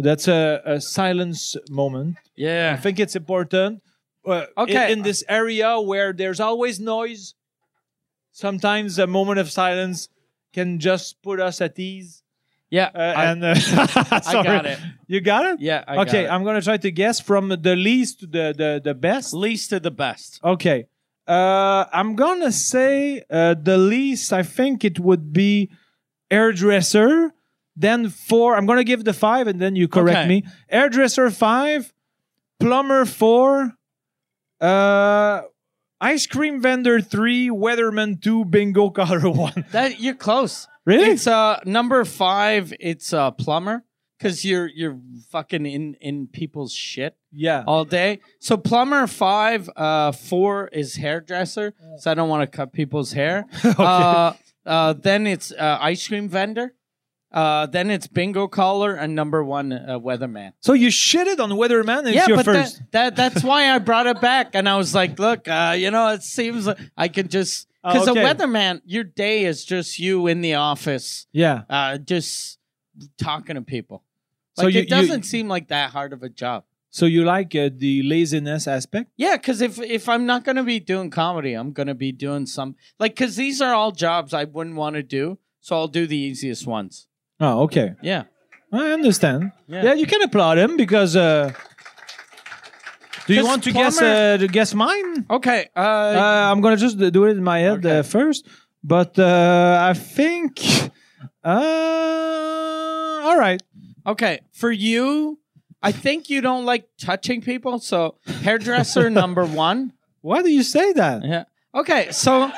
A: That's a, a silence moment. I
B: yeah.
A: think it's important. Uh, in-
B: Okay.
A: In, this area where there's always noise, sometimes a moment of silence can just put us at ease.
B: Yeah.
A: Uh,
B: I,
A: and uh,
B: I
A: sorry.
B: got it.
A: You got it.
B: Yeah. I
A: okay,
B: Got it.
A: I'm gonna try to guess from the least to the the, the best.
B: Least of the best.
A: Okay. Uh, I'm gonna say uh, the least. I think it would be hairdresser. Then four. I'm gonna give the five, and then you correct
B: Okay.
A: me. Hairdresser five, plumber four, uh, ice cream vendor three, weatherman two, bingo caller one.
B: That you're close.
A: Really?
B: It's uh number five. It's uh plumber because you're you're fucking in in people's shit.
A: yeah.
B: all day. So plumber five, uh, four is hairdresser.
A: Oh.
B: So I don't want to cut people's hair. uh, uh, then it's uh, ice cream vendor. Uh, then it's bingo caller and number one uh, weatherman.
A: So you shitted on weatherman. and
B: yeah,
A: It's your
B: but that,
A: first.
B: that that's why I brought it back, and I was like, look, uh, you know, it seems like I can just because
A: Oh, okay.
B: a weatherman, your day is just you in the office,
A: yeah.
B: uh, just talking to people.
A: So
B: Like
A: you-
B: it
A: you-
B: doesn't seem like that hard of a job.
A: So you like uh, the laziness aspect?
B: Yeah, because if if I'm not gonna be doing comedy, I'm gonna be doing some like because these are all jobs I wouldn't want to do, so I'll do the easiest ones.
A: Oh, okay.
B: Yeah,
A: I understand.
B: Yeah.
A: Yeah, you can applaud him because. Uh, do you
B: 'Cause
A: want to guess
B: plumber-
A: uh, to guess mine?
B: okay. Uh,
A: Uh, I'm gonna just do it in my head
B: Okay.
A: uh, first, but uh, I think. Uh, all right.
B: okay, for you, I think you don't like touching people, so hairdresser number one.
A: Why do you say that?
B: Yeah. Okay, so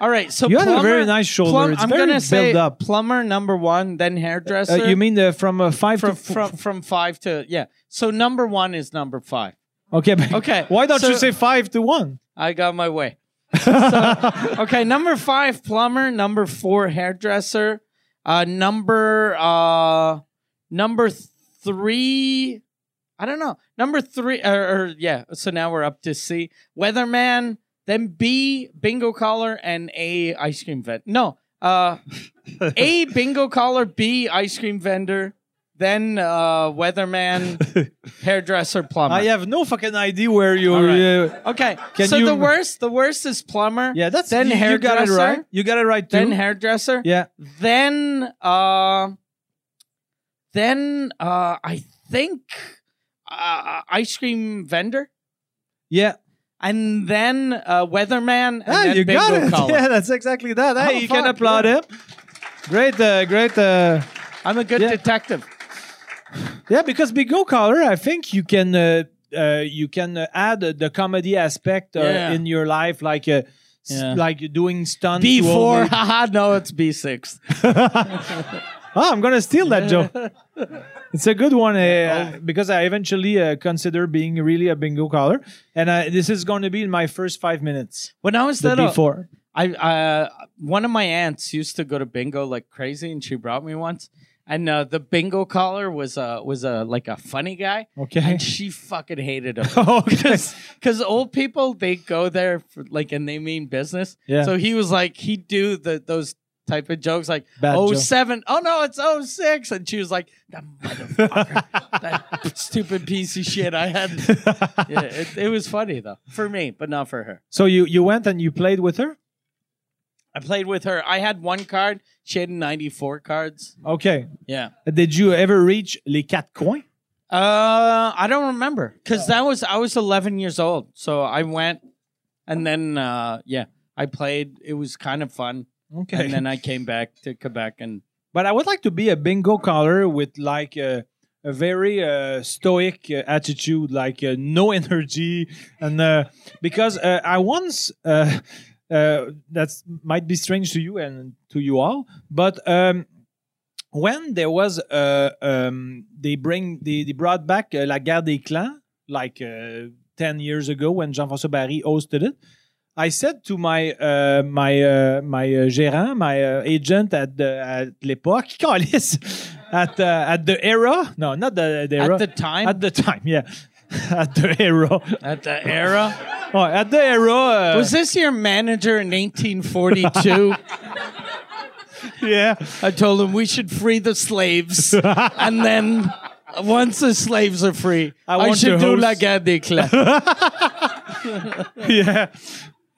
B: all right, so
A: You had
B: plumber,
A: a very nice shoulder.
B: plum-
A: it's
B: I'm
A: very
B: gonna
A: built
B: say
A: up.
B: plumber number one, then
A: Uh,
B: hairdresser.
A: you mean the, from uh, five to
B: from
A: f-
B: from from five to yeah? So number one is number five.
A: Okay. But
B: Okay,
A: Why don't you
B: so-
A: say five to one?
B: I got my way. So, okay, number five, plumber. Number four, hairdresser. Uh, number uh, number three, I don't know. Number three, or, or yeah. So now we're up to C, weatherman. Then B, bingo caller, and A, ice cream vendor. No, uh, A, bingo caller. B, ice cream vendor. Then uh, weatherman, hairdresser, plumber.
A: I have no fucking idea where you.
B: All
A: Uh,
B: Okay.
A: Can
B: so
A: you-
B: the worst, the worst is plumber.
A: yeah, that's
B: Then
A: you, you got it
B: hairdresser.
A: right. You got it right too.
B: Then hairdresser.
A: yeah.
B: Then uh, then uh, I think uh, ice cream vendor,
A: Yeah.
B: and then uh, weatherman. And
A: Ah,
B: then
A: you
B: bingo
A: got it.
B: caller.
A: Yeah, that's exactly that. Hey,
B: Oh,
A: you can
B: fuck,
A: applaud
B: yeah.
A: him. Great, uh, great. Uh,
B: I'm a good
A: Yeah.
B: detective.
A: yeah, because Big Go Collar, I think you can uh, uh, you can uh, add uh, the comedy aspect uh,
B: Yeah.
A: in your life, like uh, s-
B: Yeah.
A: like doing stunts.
B: B four.
A: will make-
B: Haha. No, it's B six.
A: oh, I'm gonna steal that joke. It's a good one uh, because I eventually uh, consider being really a bingo caller, and uh, this is going to be in my first five minutes.
B: When I was
A: The
B: little,
A: before,
B: I uh, one of my aunts used to go to bingo like crazy, and she brought me once. And uh, the bingo caller was uh, was a like a funny guy,
A: okay.
B: and she fucking hated him.
A: okay.
B: Because old people, they go there for, like, and they mean business.
A: Yeah.
B: So he was like, he'd do the those type of jokes like
A: Bad
B: oh
A: joke.
B: seven, oh no, it's oh six, and she was like, that motherfucker, that stupid piece of shit. I had. Yeah, it, it was funny though for me, but not for her.
A: So you you went and you played with her.
B: I played with her. I had one card. She had ninety four cards.
A: Okay.
B: Yeah.
A: Did you ever reach les quatre coins?
B: Uh, I don't remember because that was I was 11 years old, so I went, and then uh, yeah, I played. It was kind of fun,
A: Okay.
B: and then I came back to Quebec, and
A: but I would like to be a bingo caller with like a, a very uh, stoic uh, attitude, like uh, no energy, and uh, because uh, I once uh, uh, that might be strange to you and to you all, but um, when there was uh, um, they bring they, they brought back uh, La Guerre des Clans like uh, ten years ago when Jean-François Barry hosted it. I said to my uh, my uh, my uh, gérant, my uh, agent at the at l'époque, Calice, at uh, at the era. No, not the, the era.
B: At the time,
A: At the time, yeah. at the era.
B: at the era.
A: Oh, at the era. uh,
B: Was this your manager in 1842?
A: yeah.
B: I told him we should free the slaves, and then once the slaves are free, I,
A: want to
B: should do
A: host-
B: La Guerre des Clans.
A: yeah,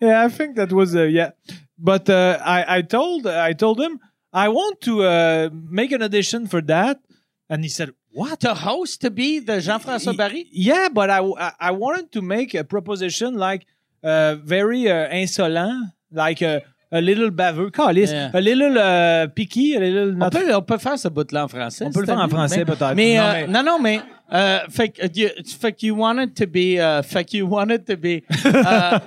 A: yeah. I think that was uh, yeah. But uh, I I told I told him I want to uh, make an audition for that, and he said what?
B: to host to be the Jean-François Barry.
A: Yeah, but I I, I wanted to make a proposition like uh, very uh, insolent, like a, a little baveux, calice,
B: Yeah.
A: a little uh, picky, a little
B: On
A: not.
B: peut, on peut faire ce bout-là en français.
A: On peut le faire en
B: c'est-à-dire,
A: français, peut-être.
B: mais- Mais,
A: Non,
B: euh,
A: mais-
B: non, non, mais euh, fait que euh, you, fait que you wanted to be, uh, fait que you wanted to be. uh,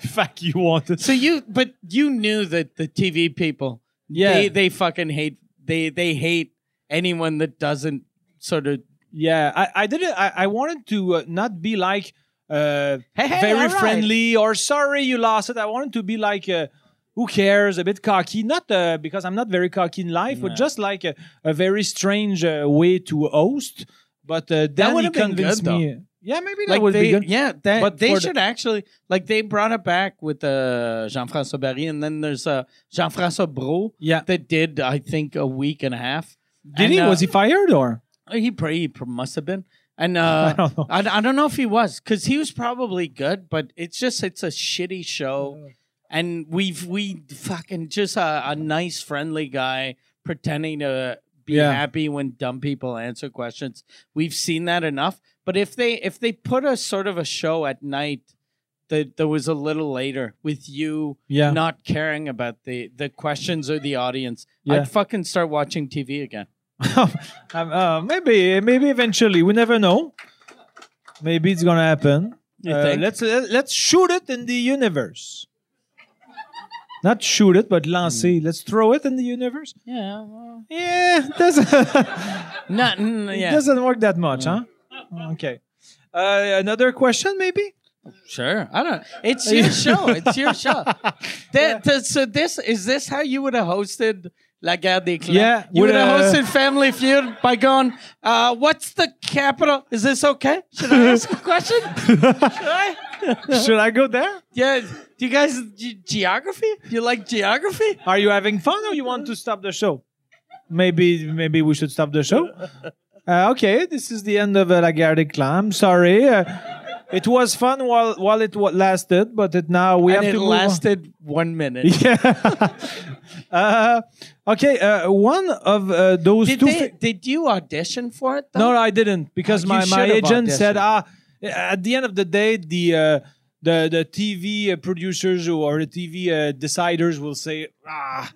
A: Fuck you wanted.
B: so you, but you knew that the TV people,
A: Yeah.
B: they, they fucking hate, they they hate anyone that doesn't sort of
A: Yeah, I, I didn't. I, I wanted to uh, not be like uh,
B: Hey, hey, all
A: very
B: right.
A: friendly or sorry you lost it. I wanted to be like uh, who cares, a bit cocky. Not uh, because I'm not very cocky in life, but just like a, a very strange uh, way to host. But uh, then
B: would
A: he
B: have been
A: convinced
B: good,
A: me. Yeah, maybe that
B: like
A: would be
B: they,
A: good.
B: yeah,
A: But
B: that, but they
A: for the-
B: should actually like they brought it back with uh, Jean-François Barry, and then there's uh, Jean-François Bro
A: Yeah,
B: that did I think a week and a half.
A: did
B: And,
A: he?
B: uh,
A: was he fired or?
B: He probably he pr- must have been, and
A: I
B: uh,
A: don't know.
B: I, I don't know if he was because he was probably good, but it's just it's a shitty show, and we've we fucking just a, a nice friendly guy pretending to be
A: Yeah.
B: happy when dumb people answer questions. We've seen that enough, but if they if they put a sort of a show at night that that was a little later with you
A: Yeah,
B: not caring about the the questions or the audience,
A: Yeah.
B: I'd fucking start watching TV again.
A: Um, uh, maybe, maybe eventually. We never know. Maybe it's gonna happen.
B: You
A: Uh,
B: think?
A: let's let, us let us shoot it in the universe. Not shoot it, but
B: Hmm.
A: lancer. Let's throw it in the universe.
B: Yeah, well,
A: Yeah, it doesn't
B: not mm,
A: it
B: yeah,
A: doesn't work that much, huh? Okay. Uh, another question, maybe.
B: Sure. I don't. It's your show. It's your show. That, that- so this is this how you would have hosted La Guerre des Clans?
A: Yeah, uh,
B: You
A: with
B: would have
A: a-
B: hosted Family Feud by going, uh, "What's the capital? Is this okay? Should I ask a question? Should I?
A: Should I go there?
B: Yeah. Do you guys ge- geography? Do you like geography?
A: Are you having fun, or you want to stop the show? Maybe, maybe we should stop the show. Uh, okay, this is the end of uh, La Guerre des Clans. I'm sorry. Uh, it was fun while while it wa- lasted, but it now we
B: And
A: have
B: it
A: to move on.
B: lasted one minute.
A: Yeah. uh, okay. Uh, one of uh, those
B: Did
A: two.
B: they,
A: fi-
B: did you audition for it? Though?
A: no, no, I didn't because
B: Ah, You
A: my, my
B: should have
A: agent said,
B: auditioned.
A: ah, at the end of the day, the uh, the the TV uh, producers or the TV uh, deciders will say, ah,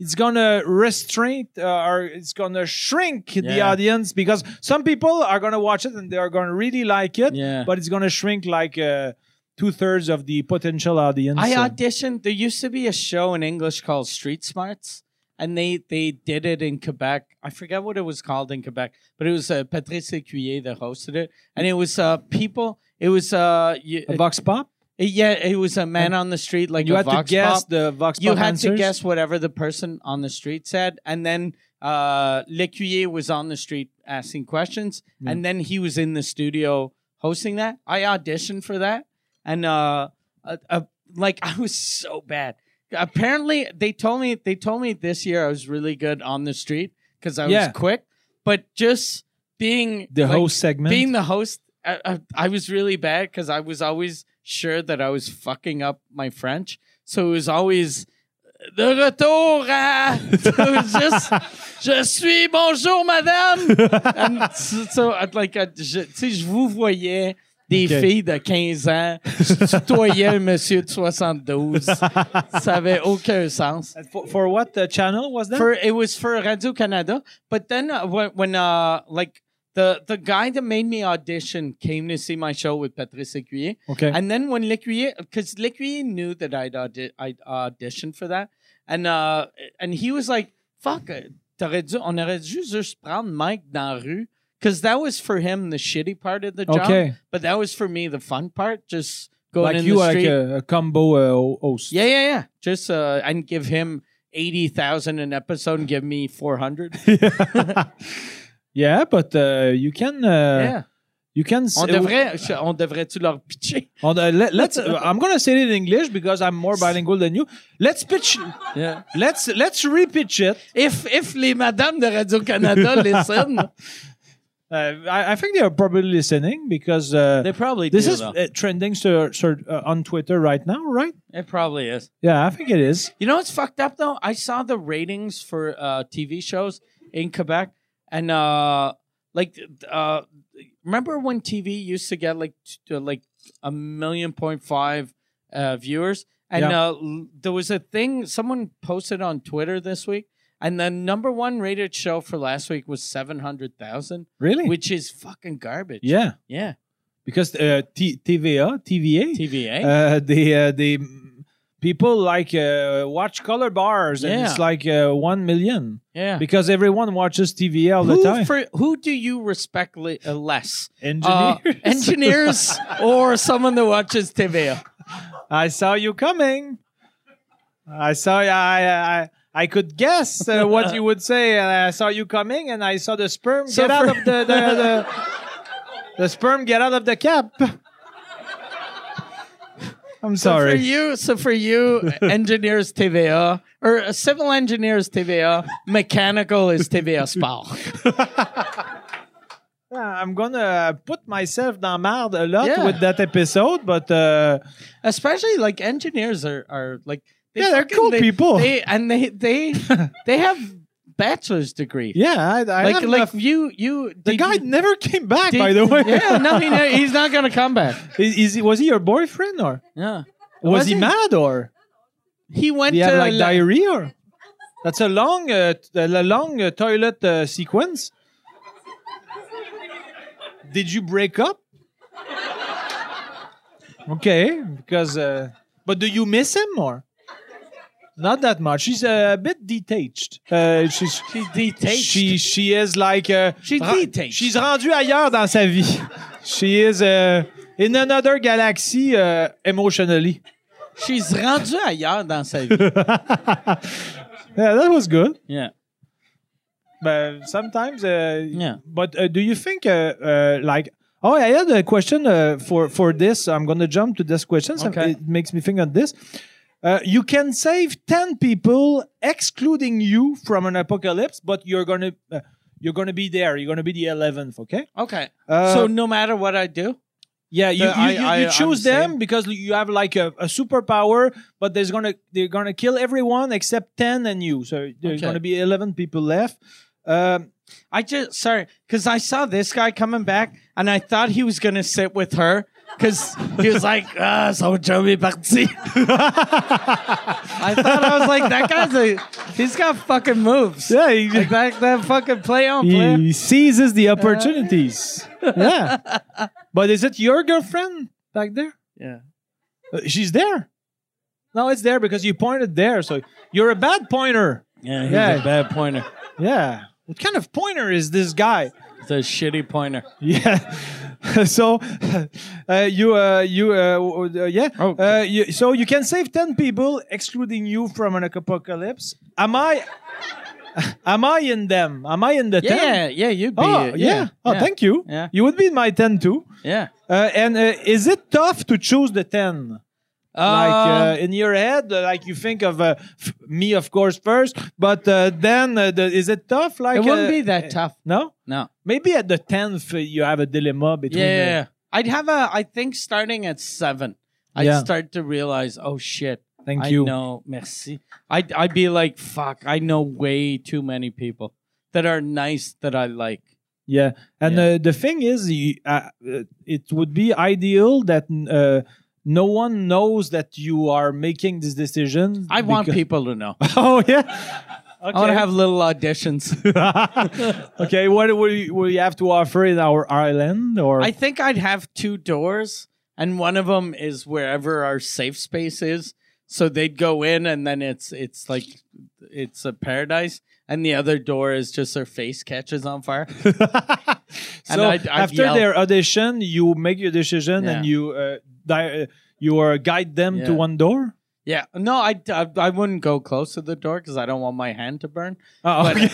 A: it's gonna restrain uh, or it's gonna shrink the
B: Yeah.
A: audience because some people are gonna watch it and they are gonna really like it,
B: Yeah.
A: but it's gonna shrink like. Uh, Two thirds of the potential audience.
B: I
A: So-
B: auditioned. There used to be a show in English called Street Smarts, and they they did it in Quebec. I forget what it was called in Quebec, but it was uh, Patrice Écuyer that hosted it, and it was uh, people. It was uh, you,
A: a Vox Pop.
B: yeah, it was a man on the street like
A: You
B: a
A: had to
B: vox
A: guess
B: pop.
A: the Vox
B: You
A: Pop
B: had to
A: answers.
B: guess whatever the person on the street said, and then uh, L'Écuyer was on the street asking questions, and then he was in the studio hosting that. I auditioned for that, and uh, uh, uh, like I was so bad. Apparently, they told me they told me this year I was really good on the street because I
A: Yeah.
B: was quick, but just being
A: the
B: like,
A: host segment.
B: being the host, I, I, I was really bad because I was always sure that I was fucking up my French. So it was always the retour. à-" it was just je suis bonjour madame. And so, so I'd like I'd- je, tu sais, je vous voyais. Des
A: Ok.
B: filles de 15 ans, je tutoyais un monsieur de 72. Ça avait aucun sens.
A: And for, for what uh, channel was that?
B: For it was for Radio Canada, but then uh, when, when uh like The the guy that made me audition came to see my show with Patrice Ecuyer.
A: Okay.
B: And then when L'Ecuyer, because L'Ecuyer knew that I'd, audi- I'd auditioned for that, and uh, and he was like, "Fuck, euh, t'aurais dû, on aurait dû juste prendre Mike dans la rue," because that was for him the shitty part of the job,
A: okay.
B: but that was for me the fun part, just going
A: Like
B: in
A: you
B: the
A: are like
B: street.
A: a, a combo uh, ho- host.
B: yeah, yeah, yeah. Just uh, and give him eighty thousand an episode, and give me four hundred.
A: Yeah, but uh, you can. Uh,
B: yeah,
A: You can. s-
B: on devrait, on devrait-tu leur pitcher?
A: on the- let, let's. uh, I'm gonna say it in English because I'm more bilingual than you. Let's pitch.
B: Yeah.
A: Let's let's repitch it.
B: If if les madames de Radio Canada listen,
A: Uh, I, I think they are probably listening because uh,
B: they probably
A: this
B: do,
A: is
B: though.
A: uh, trending sur, sur, uh, on Twitter right now, right?
B: It probably is.
A: Yeah, I think it is.
B: You know what's fucked up though? I saw the ratings for uh, TV shows in Quebec, and uh, like, uh, remember when TV used to get like t- uh, like a million point five uh, viewers, and
A: Yeah.
B: uh, l- there was a thing someone posted on Twitter this week, and the number one rated show for last week was seven hundred thousand,
A: Really?
B: which is fucking garbage.
A: yeah,
B: yeah.
A: because uh, T- TVA, TVA,
B: TVA.
A: uh, the uh, the mm, people like uh, watch color bars, and
B: Yeah.
A: it's like uh, one million
B: yeah.
A: because everyone watches TVA all the
B: Who,
A: time.
B: for, who do you respect li- uh, less?
A: Engineers,
B: Uh, engineers or someone that watches TV.
A: I saw you coming. I saw I I I, I could guess uh, what you would say, and I saw you coming, and I saw the sperm
B: So
A: get out
B: for-
A: of the the, the the sperm get out of the cap. I'm
B: So
A: sorry.
B: for you, so for you, engineers TVA or uh, civil engineers TVA, mechanical is TVA sport.
A: Yeah, Uh, I'm gonna put myself down marde a lot
B: Yeah.
A: with that episode, but uh,
B: Especially like engineers are, are like they
A: Yeah, they're
B: fucking-
A: cool
B: they-
A: people.
B: They, and they they they have bachelor's degree.
A: yeah, I, I
B: like
A: have
B: like
A: enough-
B: you you
A: the
B: did
A: guy
B: you-
A: never came back.
B: did-
A: by the way,
B: Yeah, no, he, ne- he's not gonna come back.
A: is, is he- was he your boyfriend or
B: Yeah.
A: was,
B: Was
A: he,
B: he?
A: mad or
B: He went
A: he had
B: to
A: like
B: la-
A: diarrhea? Or? That's a long, uh, t- a long uh, toilet uh, sequence. Did you break up? Okay, because uh, but do you miss him or? Not that much. She's a bit detached. Uh, she's
B: She's detached.
A: She she is like uh,
B: She's
A: ra-
B: detached.
A: She's rendue ailleurs dans sa vie. She is uh, in another galaxy uh, emotionally.
B: She's rendue ailleurs dans sa vie.
A: Yeah, that was good.
B: Yeah.
A: But sometimes, uh,
B: Yeah.
A: But uh, do you think, uh, uh, like, oh, I had a question uh, for for this. I'm gonna jump to this question. So
B: Okay.
A: It makes me think on this. Uh, you can save ten people, excluding you from an apocalypse, but you're gonna uh, you're gonna be there. You're gonna be the eleventh. Okay.
B: Okay.
A: Uh,
B: so no matter what I do,
A: Yeah, you, you,
B: The- I-
A: you,
B: I-
A: you
B: I'm
A: choose
B: the
A: them
B: same.
A: because you have like a, a superpower, but there's gonna they're gonna kill everyone except ten and you. So there's
B: Okay.
A: gonna be eleven people left. Um,
B: I just sorry because I saw this guy coming back and I thought he was gonna sit with her because he was like, ah, so Joey parti. I thought I was like, that guy's a he's got fucking moves.
A: yeah, he,
B: Like that, that fucking play on player.
A: he seizes the
B: Uh,
A: opportunities. yeah, but is it your girlfriend back there?
B: Yeah.
A: Uh, she's there. No, it's there because you pointed there. So you're a bad pointer.
B: Yeah, he's
A: Yeah.
B: a bad pointer.
A: Yeah. What kind of pointer is this guy?
B: He's a shitty pointer.
A: Yeah. so uh, you uh, you uh, w- w- uh, yeah.
B: Oh.
A: Uh, you, so you can save ten people, excluding you from an apocalypse. Am I? am I in them? Am I in the ten?
B: Yeah, yeah, you'd be.
A: Oh yeah. Oh, thank you.
B: Yeah.
A: You would be in my ten too.
B: Yeah.
A: Uh, and uh, is it tough to choose the ten?
B: Um,
A: like uh, in your head, uh, like you think of uh, f- me, of course, first, but uh, then uh, the, is it tough? Like
B: it wouldn't
A: uh,
B: be that
A: uh,
B: tough.
A: No.
B: No.
A: Maybe at the tenth uh, you have a dilemma between.
B: yeah,
A: uh,
B: yeah, yeah. I'd have a. I think starting at seven, I'd
A: Yeah.
B: start to realize, oh shit,
A: Thank
B: I
A: you.
B: know, merci. I'd I'd be like, fuck, I know way too many people that are nice that I like.
A: Yeah, and
B: Yeah.
A: Uh, the thing is, you, uh, uh, it would be ideal that uh, no one knows that you are making this decision.
B: I want
A: because-
B: people to know.
A: Oh yeah. Okay.
B: I want to have little auditions.
A: okay, what will you, will you have to offer in our island? Or
B: I think I'd have two doors, and one of them is wherever our safe space is. So they'd go in, and then it's it's like it's a paradise. And the other door is just their face catches on fire.
A: so
B: I'd- I'd
A: after
B: yell.
A: their audition, you make your decision and
B: Yeah.
A: you uh, di- uh, you uh, guide them to
B: Yeah.
A: one door.
B: Yeah, no, I I, I wouldn't go close to the door because I don't want my hand to burn.
A: Oh,
B: But-
A: okay.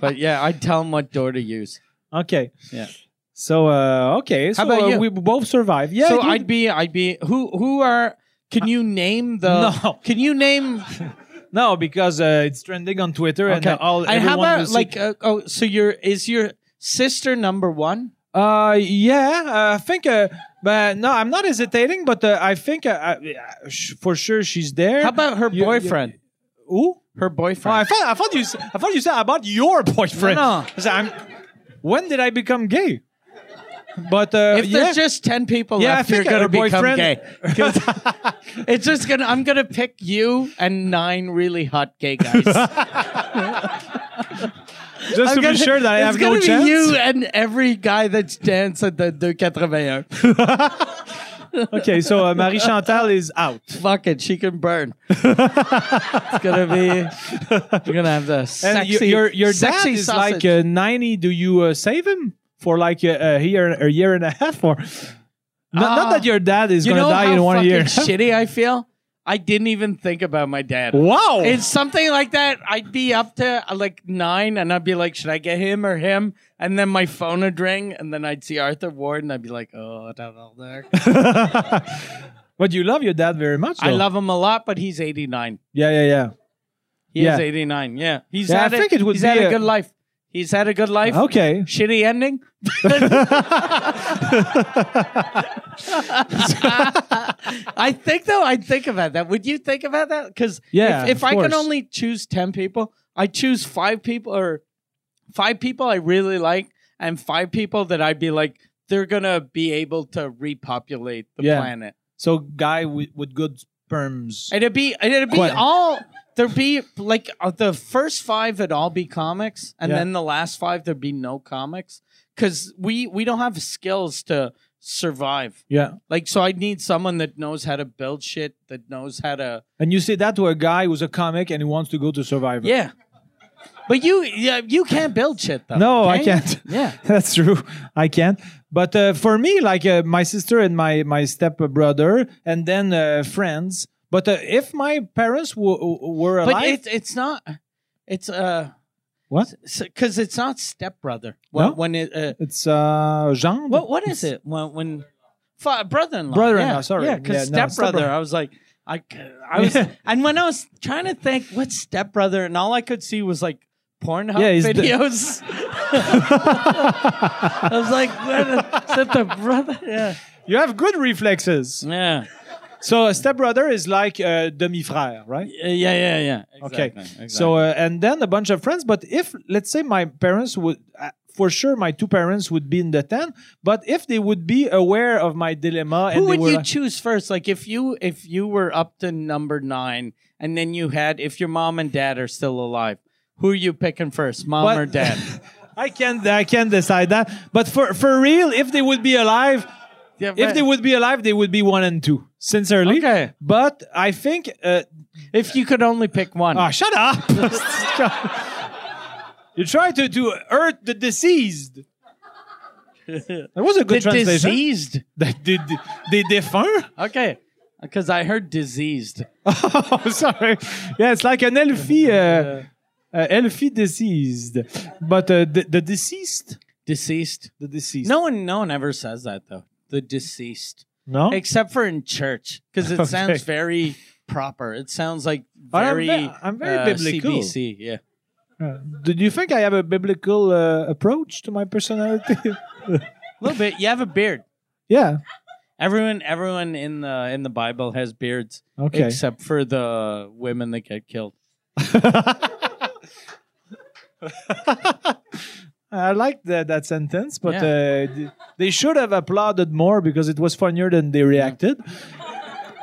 B: But yeah, I'd tell them what door to use.
A: okay.
B: Yeah.
A: So uh, okay. So
B: How about
A: uh,
B: you?
A: we both survived. Yeah.
B: so
A: dude.
B: I'd be I'd be who who are can you name the
A: No.
B: can you name
A: no because uh, it's trending on Twitter and
B: Okay.
A: uh, all
B: and how
A: everyone will
B: about
A: see-
B: like uh, oh so your is your sister number one
A: Uh, yeah, uh, I think. Uh, but no, I'm not hesitating. But uh, I think uh, uh, sh- for sure she's there.
B: how about her
A: You- you-
B: boyfriend
A: Who?
B: her
A: Oh, I
B: boyfriend
A: thought I thought you s- I thought you said about your boyfriend.
B: No, no.
A: I said, I'm, when did I become gay? But uh,
B: if
A: yeah,
B: there's just ten people
A: Yeah, I
B: left you're
A: think her
B: gonna become
A: boyfriend-
B: gay 'Cause it's just gonna I'm gonna pick you and nine really hot gay guys
A: just to
B: I'm gonna-
A: be sure that I
B: it's
A: have
B: gonna
A: no
B: be
A: chance.
B: you and every guy that's danced at the 281
A: Okay, so uh, Marie Chantal is out.
B: fuck it she can burn it's gonna be you're gonna have the
A: And
B: sexy
A: you- your your dad
B: sexy
A: is
B: sausage.
A: like uh, 90. Do you uh, save him for like uh, a, a year a year and a half or? Not, not
B: Ah.
A: that your dad is
B: You
A: gonna
B: know
A: die
B: how
A: in one
B: fucking
A: year.
B: shitty I feel. I didn't even think about my dad.
A: Wow.
B: It's something like that. I'd be up to uh, like nine, and I'd be like, "Should I get him or him?" And then my phone would ring, and then I'd see Arthur Ward, and I'd be like, "Oh, that's all there."
A: but you love your dad very much.
B: I
A: though.
B: love him a lot, but he's eighty nine.
A: Yeah, yeah, yeah.
B: He is
A: Yeah.
B: eighty nine. Yeah, he's
A: Yeah, I
B: had
A: think
B: a,
A: it would
B: he's
A: be
B: had a,
A: a-
B: good life. He's had a good life.
A: Okay.
B: Shitty ending. I think though, I'd think about that. Would you think about that? Because
A: Yeah,
B: if, if
A: of
B: I
A: course.
B: can only choose ten people, I choose five people or five people I really like, and five people that I'd be like, they're gonna be able to repopulate the
A: Yeah.
B: planet.
A: So guy with, with good sperms.
B: It'd be it'd be
A: Quite-
B: all there'd be like uh, the first five would all be comics, and
A: Yeah.
B: then the last five there'd be no comics because we we don't have skills to survive.
A: Yeah.
B: Like so, I need someone that knows how to build shit, that knows how to
A: And you say that to a guy who's a comic and he wants to go to Survivor.
B: yeah. But you yeah you can't build shit though.
A: No, I
B: can you?
A: can't.
B: Yeah.
A: That's true. I can't. But uh, for me, like uh, my sister and my my step brother, and then uh, friends. But uh, if my parents w- w- were alive,
B: But it's it's not it's uh
A: what?
B: because it's not stepbrother
A: No?
B: when, when it uh,
A: It's uh, Jean.
B: What what is it when when fa- brother-in-law?
A: Brother-in-law,
B: yeah,
A: sorry.
B: yeah,
A: Yeah, no,
B: because stepbrother.
A: stepbrother.
B: I was like, I, I was,
A: Yeah.
B: and when I was trying to think what stepbrother, and all I could see was like Pornhub
A: Yeah, he's the-
B: videos. I was like, what is, is that the brother? Yeah,
A: You have good reflexes.
B: yeah,
A: So a stepbrother is like uh, demi frère, right?
B: yeah, yeah, yeah.
A: Okay.
B: Exactly, exactly.
A: So uh, and then a bunch of friends. But if let's say my parents would, uh, for sure, my two parents would be in the ten. But if they would be aware of my dilemma,
B: Who
A: and they
B: would
A: were
B: you
A: like-
B: choose first? Like if you if you were up to number nine, and then you had if your mom and dad are still alive, who are you picking first, mom
A: But-
B: or dad?
A: I can't, I can't decide that. But for for real, if they would be alive,
B: Yeah,
A: if they
B: right.
A: would be alive, they would be one and two, sincerely.
B: Okay.
A: But I think, uh,
B: If you could only pick one.
A: ah, shut up. you try to to hurt the deceased. That was a good
B: the
A: translation.
B: diseased.
A: Des, des, des défunts?
B: Okay. Because I heard diseased.
A: Oh, sorry. Yeah, it's like an elfie, uh, uh, elfie deceased. But uh, the, the deceased?
B: Deceased.
A: The deceased.
B: No one no one ever says that though. The deceased.
A: No?
B: Except for in church. Because it
A: Okay.
B: sounds very proper. It sounds like
A: But I'm
B: very
A: ve- I'm very
B: uh,
A: biblical.
B: CBC, yeah.
A: Uh, do you think I have a biblical uh, approach to my personality?
B: A little bit. You have a beard.
A: yeah.
B: Everyone everyone in the in the Bible has beards.
A: Okay.
B: Except for the women that get killed.
A: I like that that sentence, but
B: Yeah.
A: uh, th- they should have applauded more because it was funnier than they reacted.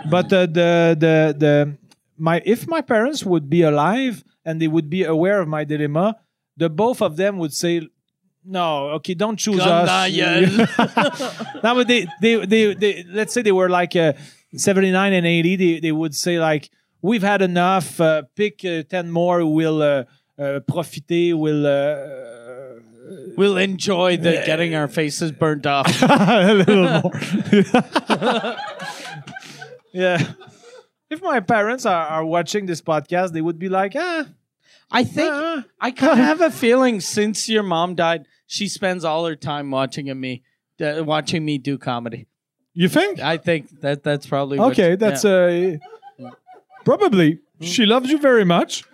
A: but uh, the the the my if my parents would be alive and they would be aware of my dilemma, the both of them would say, "No, okay, don't choose us." that would they, they they they let's say they were like uh, 79 and 80, they they would say like, "We've had enough. Uh, pick uh, 10 more. We'll uh, uh, profiter. We'll." Uh,
B: We'll enjoy the getting our faces burnt off.
A: a little more. yeah. If my parents are, are watching this podcast, they would be like, ah,
B: I think
A: ah.
B: Uh-huh. I kind of have a feeling since your mom died, she spends all her time watching at me, uh, watching me do comedy.
A: you think?
B: I think that that's probably what-
A: Okay, that's
B: yeah.
A: uh, probably. She loves you very much. Hmm.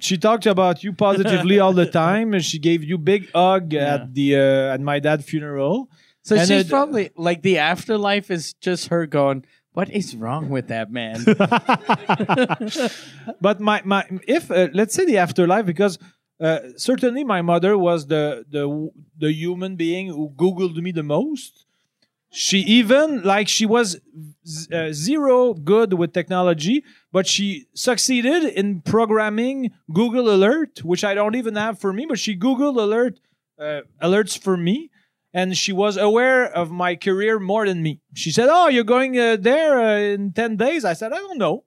A: She talked about you positively all the time, and she gave you big hug at the uh, at my dad's funeral.
B: so
A: and
B: she's
A: it-
B: probably like the afterlife is just her going. What is wrong with that man?
A: but my my if uh, let's say the afterlife because uh, certainly my mother was the the the human being who googled me the most she even like she was z- uh, zero good with technology but she succeeded in programming google alert which i don't even have for me but she googled alert uh, alerts for me and she was aware of my career more than me she said oh you're going uh, there uh, in 10 days i said i don't know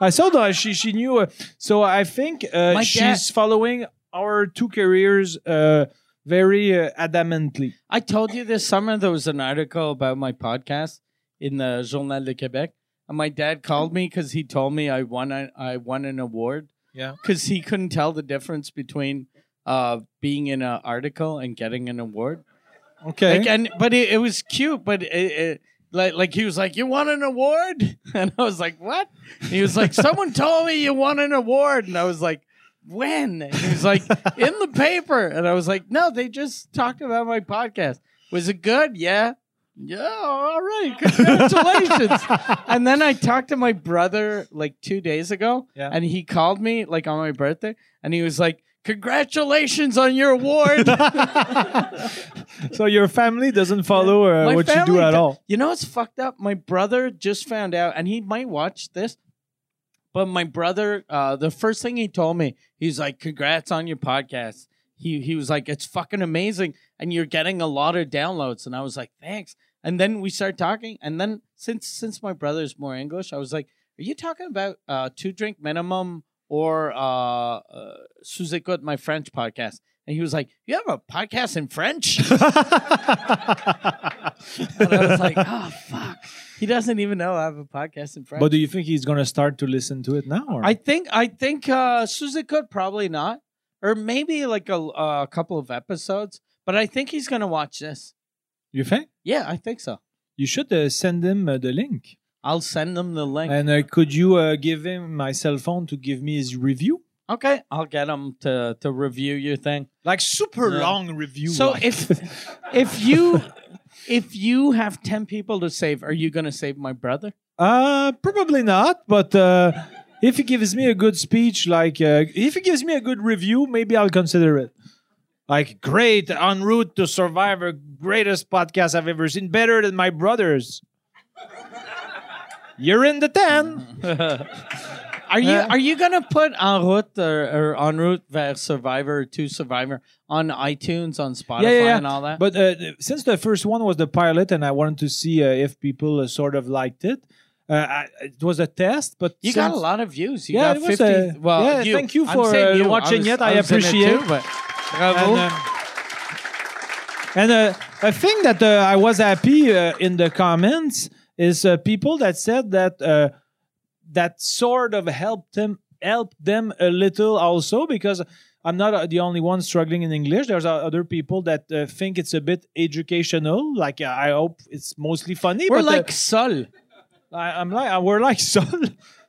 A: i saw that she, she knew uh, so i think uh,
B: My
A: she's
B: dad-
A: following our two careers uh, very uh, adamantly
B: I told you this summer there was an article about my podcast in the Journal de Québec, and my dad called me because he told me I won a, I won an award
A: yeah
B: because he couldn't tell the difference between uh, being in an article and getting an award.
A: okay
B: Like, and but it, it was cute, but it, it, like like he was like, "You won an award," and I was like, "What?" And he was like, "Someone told me you won an award," and I was like. When and he was like in the paper, and I was like, "No, they just talked about my podcast. Was it good? Yeah, yeah, all right, congratulations." and then I talked to my brother like two days ago,
A: Yeah.
B: and he called me like on my birthday, and he was like, "Congratulations on your award."
A: so your family doesn't follow uh,
B: My
A: what you do
B: family
A: at
B: do-
A: all.
B: You know what's fucked up? My brother just found out, and he might watch this. But my brother, uh, the first thing he told me, he's like, "Congrats on your podcast." He he was like, "It's fucking amazing, and you're getting a lot of downloads." And I was like, "Thanks." And then we start talking, and then since since my brother's more English, I was like, "Are you talking about uh, two drink minimum or uh, uh, Sous Écoute, my French podcast?" And he was like, "You have a podcast in French." And I was like,
A: "Ah,
B: oh fuck. He doesn't even know I have a podcast in French.
A: but do you think he's gonna start to listen to it now? Or?
B: I think I think uh Suzukut probably not. Or maybe like a uh, couple of episodes. But I think he's gonna watch this.
A: you think
B: Yeah, I think so.
A: you should uh, send him uh, the link?
B: I'll send them the link.
A: And uh, could you uh, give him my cell phone to give me his review?
B: okay, I'll get him to to review your thing.
A: Like super
B: Yeah.
A: long review.
B: so
A: like.
B: if if you if you have ten people to save, are you gonna save my brother?
A: Uh, probably not. But uh, if he gives me a good speech, like uh, if he gives me a good review, maybe I'll consider it. Like great, en route to Survivor, greatest podcast I've ever seen, better than my brothers. You're in the
B: Mm-hmm.
A: ten.
B: Are you
A: Yeah.
B: are you gonna put en route or, or en route vers Survivor to Survivor on iTunes, on Spotify, and all that?
A: But uh, th- since the first one was the pilot, and I wanted to see uh, if people uh, sort of liked it, uh, I, it was a test. But
B: you got a
A: since-
B: lot of views. You
A: Yeah,
B: got
A: it was,
B: fifty.
A: uh,
B: well,
A: yeah,
B: you.
A: thank you
B: I'm
A: for,
B: saying
A: uh,
B: you.
A: watching
B: was-
A: it. I
B: was in
A: appreciate.
B: too, but bravo.
A: And, uh, and uh, a thing that uh, I was happy uh, in the comments is uh, people that said that uh, that sort of helped them helped them a little also because I'm not uh, the only one struggling in English. There's uh, other people that uh, think it's a bit educational. Like uh, I hope it's mostly funny.
B: We're
A: but, uh,
B: like Sol.
A: I, I'm like uh, we're like so.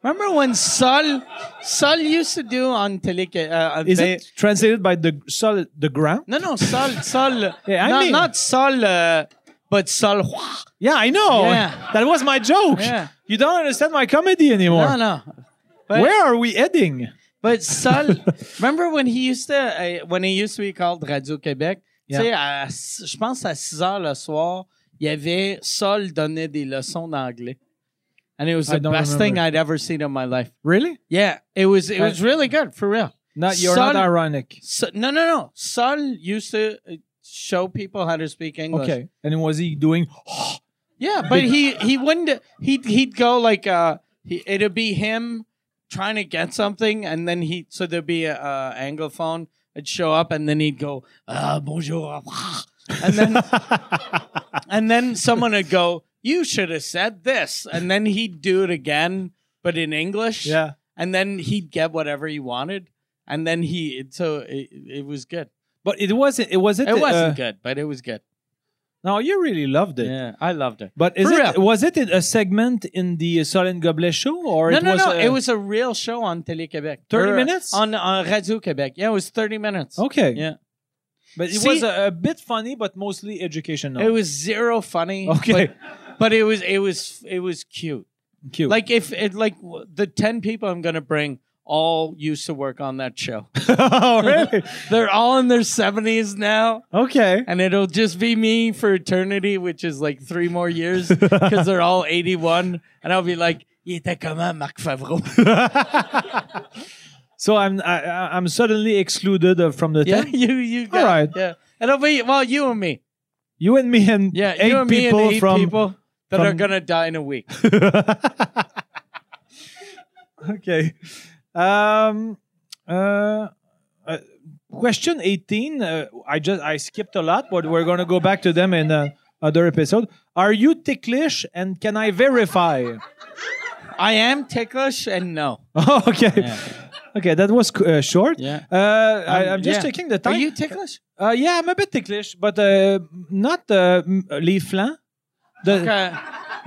B: Remember when Sol Sol used to do on Tele? Uh, on
A: is
B: Ve-
A: it translated by the so, the ground?
B: No, no, Sol Sol.
A: Yeah, I
B: not,
A: mean-
B: not Sol, uh, but Sol. Hua.
A: Yeah, I know.
B: Yeah.
A: That was my joke.
B: Yeah.
A: You don't understand my comedy anymore.
B: No, no. But-
A: Where are we heading?
B: But Sol, remember when he used to uh, when he used to be called Radio Québec?
A: Yeah.
B: Tu sais, à s- je pense à 6 heures le soir, il y avait Sol donnait des leçons d'anglais. and it was
A: I
B: the
A: don't
B: best thing
A: remember.
B: I'd ever seen in my life.
A: Really?
B: Yeah, it was it
A: I-
B: was really good for real.
A: Not you're
B: Son-
A: not ironic.
B: So, no, no, no. Sun used to uh, show people how to speak English.
A: Okay. And was he doing?
B: Yeah, but he he wouldn't. He'd he'd go like uh, he, it'd be him trying to get something, and then he so there'd be a uh, anglophone. I'd show up, and then he'd go uh, bonjour, and then and then someone would go, you should have said this, and then he'd do it again, but in English.
A: yeah.
B: and then he'd get whatever he wanted, and then he it- so it, it was good.
A: But it wasn't. It was it.
B: It wasn't
A: uh,
B: good, but it was good.
A: No, you really loved it.
B: Yeah, I loved it.
A: But is
B: For
A: it, was it a segment in the Solid Goblet show or
B: no,
A: it
B: no,
A: was
B: no.
A: uh,
B: it was a real show on Télé Québec.
A: 30
B: Or,
A: minutes?
B: on, on Radio Québec. Yeah, it was thirty minutes.
A: okay.
B: Yeah.
A: But it
B: See-
A: was a, a bit funny, but mostly educational.
B: It was zero funny.
A: okay.
B: but, but it was it was it was cute.
A: Cute.
B: Like if it like w- the ten people I'm gonna bring all used to work on that show.
A: oh, really?
B: They're all in their seventies now,
A: Okay.
B: and it'll just be me for eternity, which is like three more years because they're all eighty one, and I'll be like. Il était comment, Marc Favreau?
A: so I'm I, I- I'm suddenly excluded uh, from the
B: yeah,
A: thing.
B: you, you got,
A: right.
B: Yeah, it'll be well, you and me.
A: You and me and
B: Yeah,
A: eight
B: you and me and
A: people
B: eight
A: from.
B: people that are
A: from-
B: gonna die in a week.
A: okay. Um. Uh. uh, Question 18. Uh, I just I skipped a lot, but we're gonna go back to them in uh, other episode. Are you ticklish and can I verify?
B: I am ticklish, and no.
A: Oh, okay.
B: Yeah.
A: Okay, that was uh, short.
B: Yeah.
A: Uh, I,
B: Um,
A: I'm just
B: yeah.
A: checking the
B: Are
A: time.
B: you ticklish?
A: Uh, yeah, I'm a bit ticklish, but uh, not uh, m- les flancs. The,
B: Okay.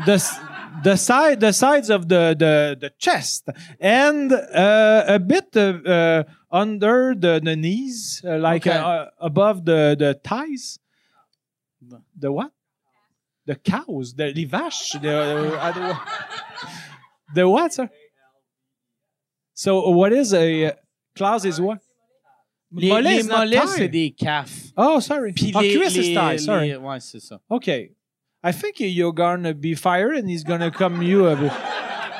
A: the, s- the side, the sides of the the, the chest, and uh, a bit uh, uh, under the, the knees, uh, like
B: Okay.
A: uh, above the the thighs. The what? The cows, the les vaches, the uh, I don't- the what? Sir? So what is a uh, Klaus is what?
B: Les,
A: Mollet
B: les
A: is not
B: mollets,
A: thigh.
B: c'est des calves.
A: Oh, sorry.
B: Puis
A: Our
B: les-
A: cuisse is
B: les-
A: thigh, sorry.
B: les- ouais, c'est ça.
A: Okay. I think you're gonna be fired and he's gonna come you a bit.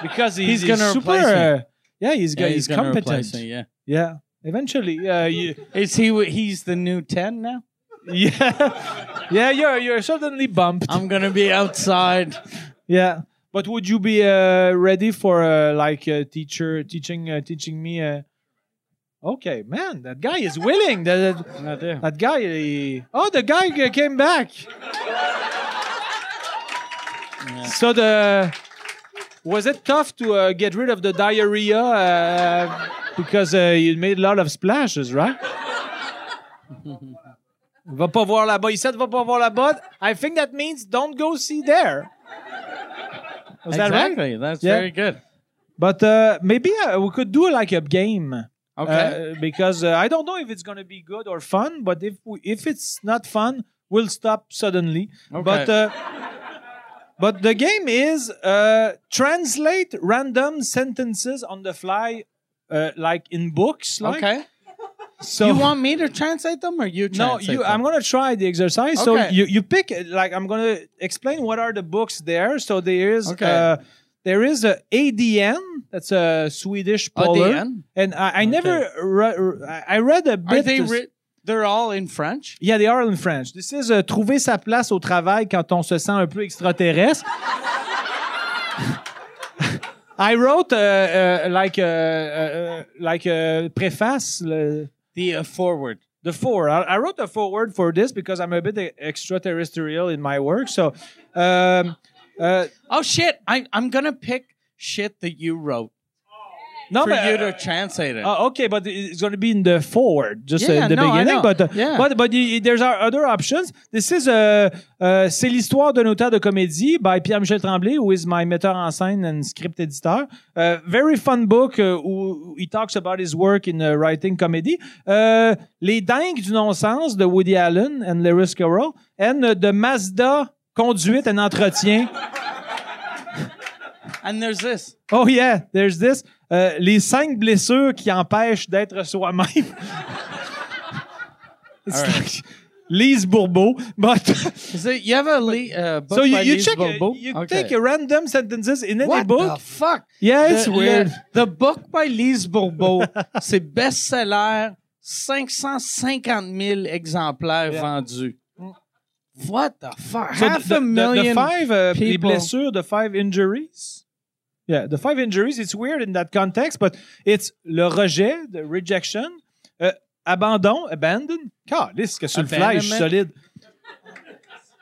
A: because he's,
B: He's gonna
A: super.
B: replace me.
A: uh, yeah, he's,
B: Yeah,
A: got he's,
B: gonna
A: competent.
B: replace me, yeah.
A: Yeah. Eventually, uh, you,
B: Is he? w- He's the new ten now.
A: yeah, yeah, you're you're suddenly bumped.
B: I'm gonna be outside.
A: yeah, but would you be uh, ready for uh, like a teacher teaching uh, teaching me? Uh... Okay, man, that guy is willing. That that, that guy. He... Oh, the guy uh, came back. So the was it tough to uh, get rid of the diarrhea uh, because uh, you made a lot of splashes, right? va pas voir là-bas. He said va pas voir là-bas. I think that means don't go see there. Was that right?
B: exactly. That's
A: Yeah.
B: very good.
A: But uh, maybe uh, we could do like a game.
B: Okay.
A: Uh, because uh, I don't know if it's going to be good or fun, but if we, if it's not fun, we'll stop suddenly.
B: Okay.
A: But uh, but the game is uh, translate random sentences on the fly, uh, like in books. Like.
B: okay.
A: So
B: you want me to translate them, or you?
A: no,
B: Translate
A: you.
B: Them?
A: I'm gonna try the exercise. So
B: Okay.
A: you you pick uh, like I'm gonna explain what are the books there. So there is
B: Okay.
A: uh, there is a ADN. That's a Swedish polar.
B: ADN?
A: And I, I never re- re- I I read a bit.
B: Are they?
A: to s-
B: Ri- they're all in French.
A: Yeah, they are in French. This is uh, trouver sa place au travail quand on se sent un peu extraterrestre. I wrote uh, uh, like uh, uh, like a preface. le-
B: The uh, forward.
A: the four. I, I wrote the forward for this because I'm a bit e- extraterrestrial in my work. So, um, uh,
B: Oh shit! I, I'm gonna pick shit that you wrote
A: no,
B: for
A: but,
B: you to translate it.
A: Uh, okay, but it- it's going to be in the forward, just uh,
B: Yeah,
A: in the
B: no, I
A: beginning.
B: know.
A: But uh,
B: Yeah.
A: but but y- y- there's our other options. This is uh, uh, c'est l'histoire d'un auteur de comédie by Pierre Michel Tremblay, who is my metteur en scène and script editor. Uh, very fun book uh, who he talks about his work in uh, writing comedy. Uh, Les dingues du non-sens de Woody Allen and Lewis Carroll, and uh, the Mazda conduite and entretien.
B: and there's this.
A: Oh yeah, there's this. Euh, les cinq blessures qui empêchent d'être soi-même. It's
B: All right.
A: like- Lise Bourbeau. But
B: Is it, you have a le- uh, book
A: so you,
B: by
A: you
B: Lise
A: check,
B: Bobo?
A: you
B: Okay.
A: take random sentences in any
B: what
A: book.
B: the fuck?
A: yeah, it's
B: The-
A: weird.
B: The, the book by Lise Bourbeau, c'est best-seller, 550 000 exemplaires
A: Yeah.
B: vendus. What the fuck?
A: So
B: Half
A: the, the- the
B: a million.
A: five uh, les
B: people.
A: blessures, the five injuries. Yeah, the five injuries. It's weird in that context, but it's le rejet, the rejection, euh, abandon, abandon. Calisse, que sur le fly, je suis solide.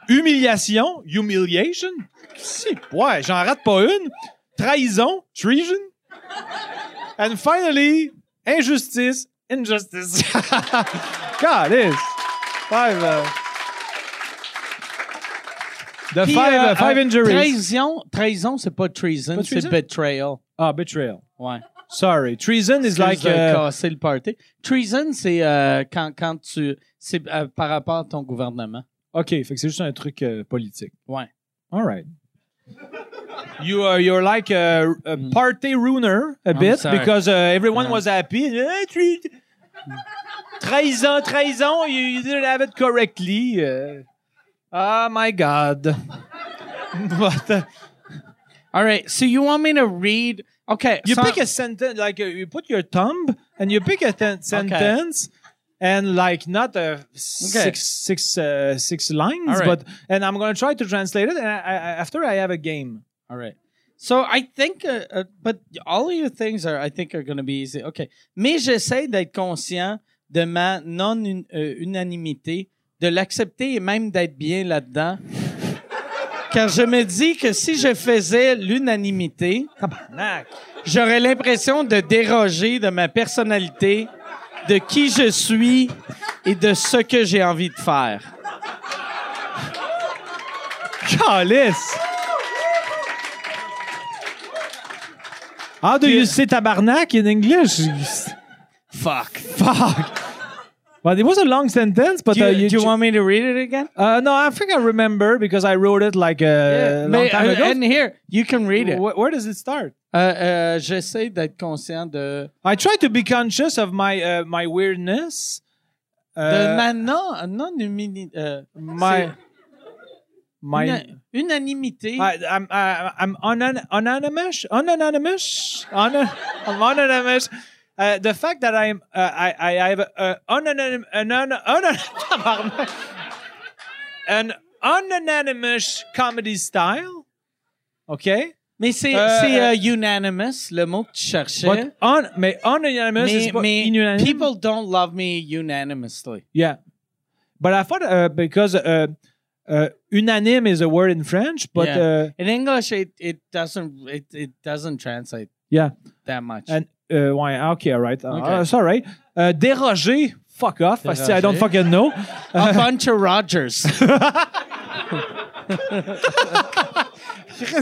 A: Humiliation, humiliation. Si, ouais, j'en rate pas une. Trahison, treason. And finally, injustice, injustice. Calisse. Five. uh, the
B: Puis,
A: five,
B: euh,
A: uh, five
B: euh,
A: injuries.
B: Trahison, trahison c'est pas treason,
A: Pas
B: c'est
A: treason?
B: betrayal.
A: Ah, betrayal.
B: Ouais.
A: Sorry. Treason is like.
B: Like,
A: uh,
B: casser le party. Treason, c'est euh, quand, quand tu. C'est euh, par rapport à ton gouvernement.
A: OK, fait que c'est juste un truc euh, politique.
B: Ouais.
A: All right. You are you're like a, a party ruiner a bit
B: Mm. sorry.
A: because uh, everyone
B: Yeah.
A: was happy. Eh, tre- trahison, trahison, you, you didn't have it correctly. Uh, oh my God. but uh,
B: All right. So you want me to read. Okay.
A: you
B: so-
A: pick a sentence, like uh, you put your thumb and you pick a ten- sentence. And like not uh, six six, uh, six lines,
B: All right.
A: but and I'm gonna try to translate it. And I, I, after I have a game,
B: All right. So I think, uh, uh, but all of your things are, I think, are going to be easy. Okay. Mais j'essaie d'être conscient de ma non-unanimité, de l'accepter et même d'être bien là-dedans. Car je me dis que si je faisais l'unanimité,
A: Tabarnak.
B: j'aurais l'impression de déroger de ma personnalité, de qui je suis et de ce que j'ai envie de faire.
A: Calice! How do you say tabarnak in English?
B: Fuck.
A: Fuck. Well, it was a long sentence, but
B: Do you,
A: uh, you,
B: do you want me to read it again?
A: Uh, no, I think I remember because I wrote it like a Euh, long
B: May-
A: time
B: uh,
A: ago.
B: And here, you can read it.
A: Wh- where does it start?
B: Euh, euh, J'essaie d'être conscient de,
A: I try to be conscious of my uh, my weirdness.
B: de
A: Uh,
B: ma non, non humili- euh,
A: my my.
B: c'est una- unanimité.
A: I, I'm I, I'm unan- unanimous, unanimous, Una- I'm unanimous. Uh, the fact that I'm uh, I I I have uh, a, a unanim, an un, un, an unanimous comedy style, okay?
B: mais c'est
A: Euh,
B: c'est, euh, unanimous, le mot que tu cherchais.
A: But un, mais unanimous
B: mais
A: is pas
B: mais
A: inunanimous.
B: people don't love me unanimously.
A: Yeah, but I thought uh, because uh, uh, unanime is a word in French, but
B: Yeah.
A: uh,
B: In English, it, it doesn't it, it doesn't translate
A: yeah.
B: that much.
A: And uh, why? Okay, all right. Uh,
B: Okay.
A: uh, it's all right. Uh, déroger. Fuck off. I see. I don't
B: Déroger.
A: fucking know.
B: A bunch of Rogers.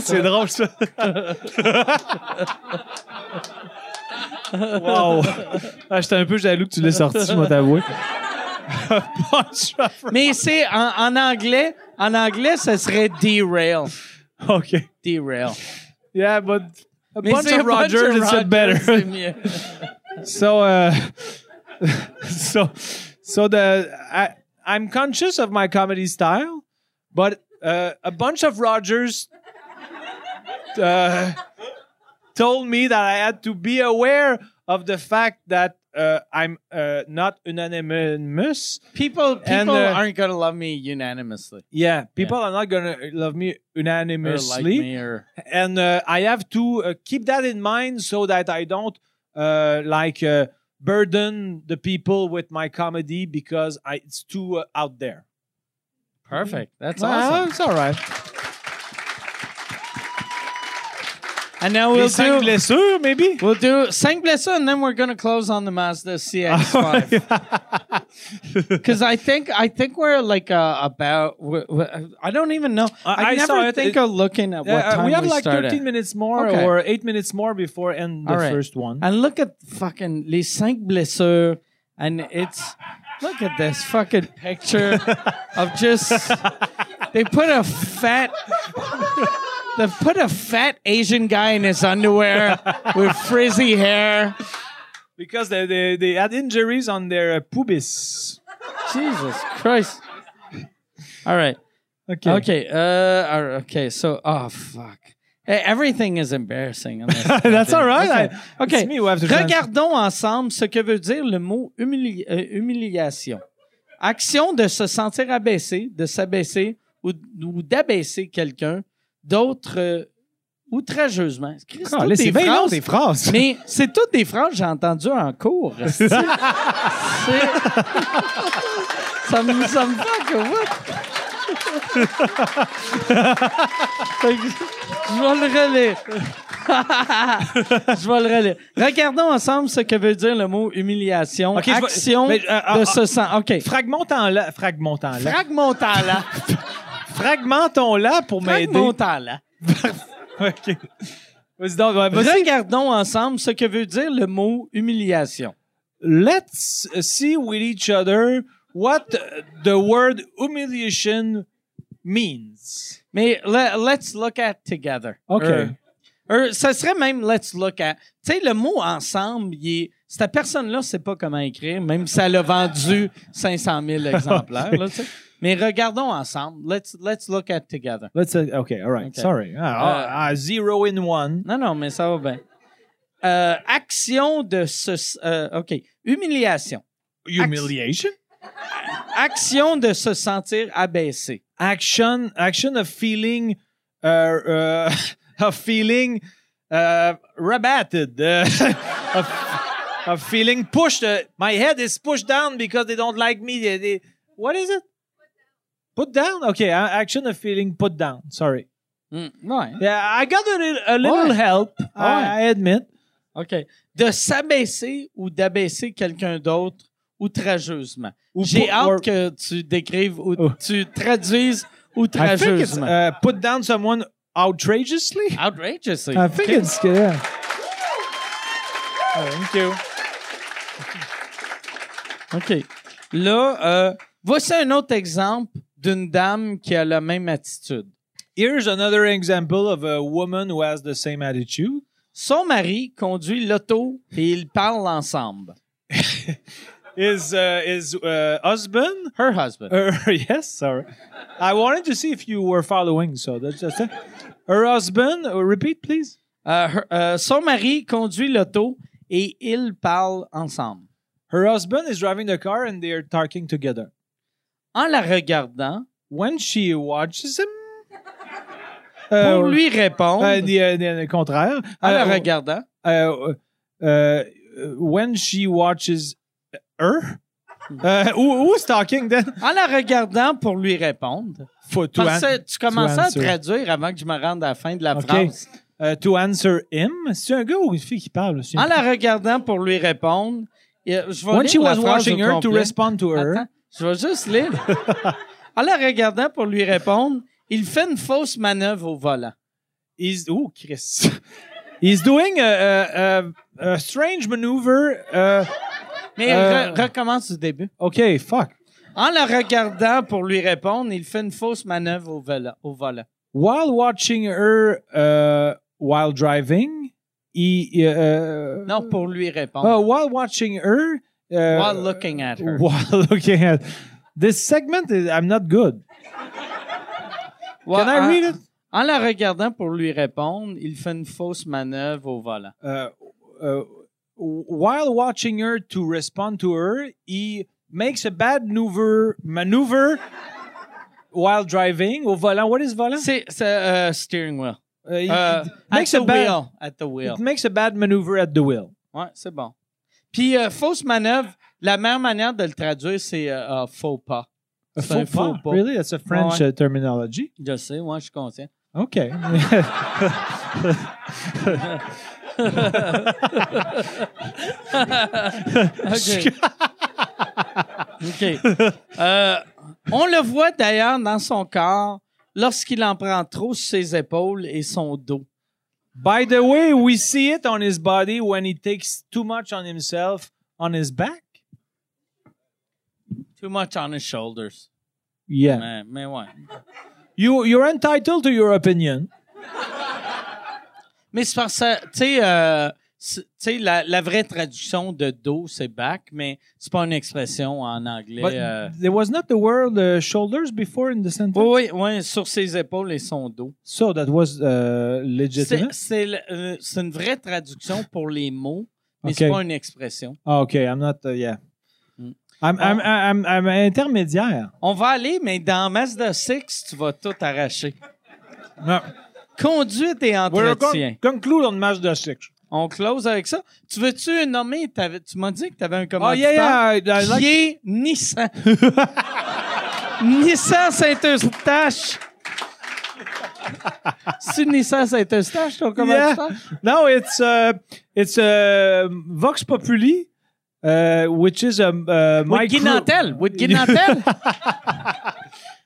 A: C'est drôle ça. wow. Ah, J'étais un peu jaloux que tu l'aies sorti, je dois t'avouer. Punch up.
B: mais c'est en, en anglais, en anglais, ce serait derail,
A: OK.
B: derail.
A: Yeah, but a
B: Mais
A: bunch of
B: c'est a bunch of
A: Rogers is
B: Rogers,
A: better.
B: c'est mieux.
A: so uh so so the I, i'm conscious of my comedy style but uh, a bunch of rogers uh, told me that i had to be aware of the fact that uh, i'm uh, not unanimous
B: People, people
A: And, uh,
B: aren't gonna love me unanimously.
A: yeah people are not gonna love me
B: Or
A: unanimously
B: like me, or
A: and uh, I have to uh, keep that in mind so that I don't uh, like uh, burden the people with my comedy because I, it's too uh, out there.
B: perfect. That's
A: Ah,
B: awesome.
A: It's all right.
B: And now
A: Les
B: we'll
A: cinq
B: do
A: blessures, uh, maybe.
B: we'll do cinq blessures, and then we're gonna close on the Mazda CX-5 because I think I think we're like uh, about we I don't even know. I,
A: I
B: never
A: saw it-
B: think
A: it-
B: of looking at what
A: Yeah, uh,
B: time
A: we have like
B: started.
A: 13 minutes more
B: Okay.
A: or 8 minutes more before end the
B: All right.
A: first one.
B: And look at fucking les cinq blessures, and it's look at this fucking picture of just they put a fat they put a fat Asian guy in his underwear with frizzy hair.
A: because they, they, they had injuries on their uh, pubis.
B: Jesus Christ! All right.
A: Okay.
B: Okay. Uh. all right, Okay. So. Oh fuck. Eh, Everything is embarrassing. on this
A: That's all right.
B: goddamn-
A: I-
B: Okay.
A: It's me who have to trans-
B: Regardons ensemble ce que veut dire le mot humili- euh, humiliation. Action de se sentir abaissé, de s'abaisser ou, ou d'abaisser quelqu'un, d'autres euh, outrageusement. Christ,
A: Ah,
B: toutes
A: là,
B: des
A: c'est bien long,
B: phrases-
A: des phrases.
B: mais c'est toutes des phrases que j'ai entendues en cours. C'est- ça me ça me fait que what? Fait que je- Je vais le relire. je vais le relire. Regardons ensemble ce que veut dire le mot humiliation.
A: Ok, je vais-
B: Action
A: mais, euh, ah,
B: de
A: ah,
B: se sentir. OK.
A: Fragmentons-la. Fragmentons-la.
B: Fragmentala.
A: Fragmentons-la pour m'aider.
B: Fragmentala.
A: OK. Vas-y donc, ouais, vas-y.
B: Regardons ensemble ce que veut dire le mot humiliation.
A: Let's see with each other what the word humiliation means.
B: Mais le- let's look at together.
A: OK.
B: Euh, euh, ça serait même let's look at. Tu sais, le mot ensemble, il est- cette personne-là ne sait pas comment écrire, même si elle a vendu 500 000 exemplaires. là, tu sais. Mais regardons ensemble. Let's, let's look at together.
A: Let's say, okay, all right.
B: Okay.
A: Sorry. Ah, ah, ah, zero in one.
B: Non, non, mais ça va bien. Euh, action de se. euh, OK. Humiliation.
A: Humiliation?
B: Action de se sentir abaissé.
A: Action, action of feeling, uh, uh, of feeling, uh, rabatted. Uh, of, of feeling pushed. Uh, my head is pushed down because they don't like me. They, they- what is it? Put down? Okay, a- action of feeling put down. Sorry.
B: Hmm, ouais.
A: Yeah, I got a, lit- a little
B: Ouais.
A: help, I, I admit.
B: OK. De s'abaisser ou d'abaisser quelqu'un d'autre outrageusement. J'ai
A: pou-
B: hâte
A: or-
B: que tu décrives ou
A: Oh.
B: tu traduises
A: I think it's
B: outrageusement.
A: uh, put down someone outrageously.
B: Outrageously.
A: I think
B: OK.
A: it's good. Yeah. Oh, thank you.
B: OK. Là, euh, voici un autre exemple d'une dame qui a la même attitude.
A: Here's another example of a woman who has the same attitude.
B: Son mari conduit l'auto et ils parlent ensemble.
A: Is uh, is uh, husband?
B: Her husband.
A: Her, yes, sorry. I wanted to see if you were following, so that's just it. Her husband. uh, repeat, please.
B: Euh, her- euh, son mari conduit l'auto et ils parlent ensemble.
A: Her husband is driving the car and they are talking together.
B: En la regardant,
A: When she watches him,
B: pour
A: uh,
B: lui répondre,
A: uh, the, uh, the- the contraire.
B: en la
A: Uh,
B: regardant,
A: uh, uh, when she watches her, uh, who, who's talking then?
B: en la regardant pour lui répondre.
A: For, to,
B: Parce
A: an-
B: que tu commençais à
A: answer.
B: traduire avant que je me rende à la fin de la
A: Ok.
B: phrase.
A: uh, to answer him, c'est un gars ou une fille qui parle? c'est une-
B: En Ah, la regardant pour lui répondre, et- je vais
A: When
B: lire
A: she
B: la
A: was
B: phrase
A: watching
B: au
A: her to
B: complet.
A: respond to her,
B: Attends, je vais juste lire. en la regardant pour lui répondre, il fait une fausse manœuvre au volant.
A: he's oh Chris, he's doing a, a, a, a strange maneuver. Uh,
B: Mais
A: Euh.
B: re- recommence du début.
A: okay, fuck.
B: En la regardant pour lui répondre, il fait une fausse manœuvre au volant. Au volant.
A: While watching her uh, while driving, he uh,
B: Non, pour lui répondre.
A: Uh, while watching her, uh,
B: while looking at her.
A: while looking at this segment, is, I'm not good.
B: While-
A: Can I
B: en-
A: read it?
B: En la regardant pour lui répondre, il fait une fausse manœuvre au volant.
A: Uh, uh, while watching her to respond to her, he makes a bad maneuver. Maneuver while driving. Au volant, what is volant?
B: C'est c'est, euh, steering wheel.
A: Uh, he-
B: Euh,
A: it
B: at
A: makes a
B: the
A: bad.
B: wheel. At the wheel.
A: It makes a bad maneuver at the wheel.
B: Ouais, c'est bon. Puis euh, fausse manœuvre, la meilleure manière de le traduire, c'est euh, euh, faux pas.
A: A
B: C'est un
A: faux pas.
B: faux pas.
A: Really, that's a French
B: Ouais.
A: uh, terminology.
B: Je sais, moi, je suis conscient.
A: Okay.
B: OK. OK. Euh, on le voit d'ailleurs dans son corps lorsqu'il en prend trop sur ses épaules et son dos.
A: By the way, we see it on his body when he takes too much on himself on his back.
B: Too much on his shoulders.
A: Yeah.
B: Mais, mais ouais.
A: You you're entitled to your opinion.
B: Mais c'est parce que, tu sais, euh, s- tu sais, la, la vraie traduction de dos, c'est back, mais c'est pas une expression en anglais.
A: But
B: euh.
A: there was not the word uh, shoulders before in the sentence.
B: Oui, oui, oui, sur ses épaules et son dos.
A: So that was uh,
B: C'est
A: legitimate.
B: c'est le- euh, c'est une vraie traduction pour les mots, mais
A: Ok.
B: c'est pas une expression.
A: Ah, okay, I'm not. Uh, yeah.
B: Mm.
A: I'm, I'm, I'm, I'm, intermédiaire.
B: On va aller, mais dans Mazda 6, tu vas tout arracher.
A: No.
B: Conduite et
A: We're
B: entretien.
A: con- conclude on match de six.
B: On close avec ça. Tu veux-tu nommer? t'avais- Tu m'as dit que tu avais un
A: Oh,
B: commanditaire
A: yeah, yeah. I, I
B: qui
A: like
B: est Nissan. Nissan Saint-Eustache. C'est Nissan Saint-Eustache, ton commanditaire?
A: No, it's uh, it's uh, Vox Populi, uh, which is a uh,
B: With
A: micro,
B: Guy Nantel. With Guy Nantel.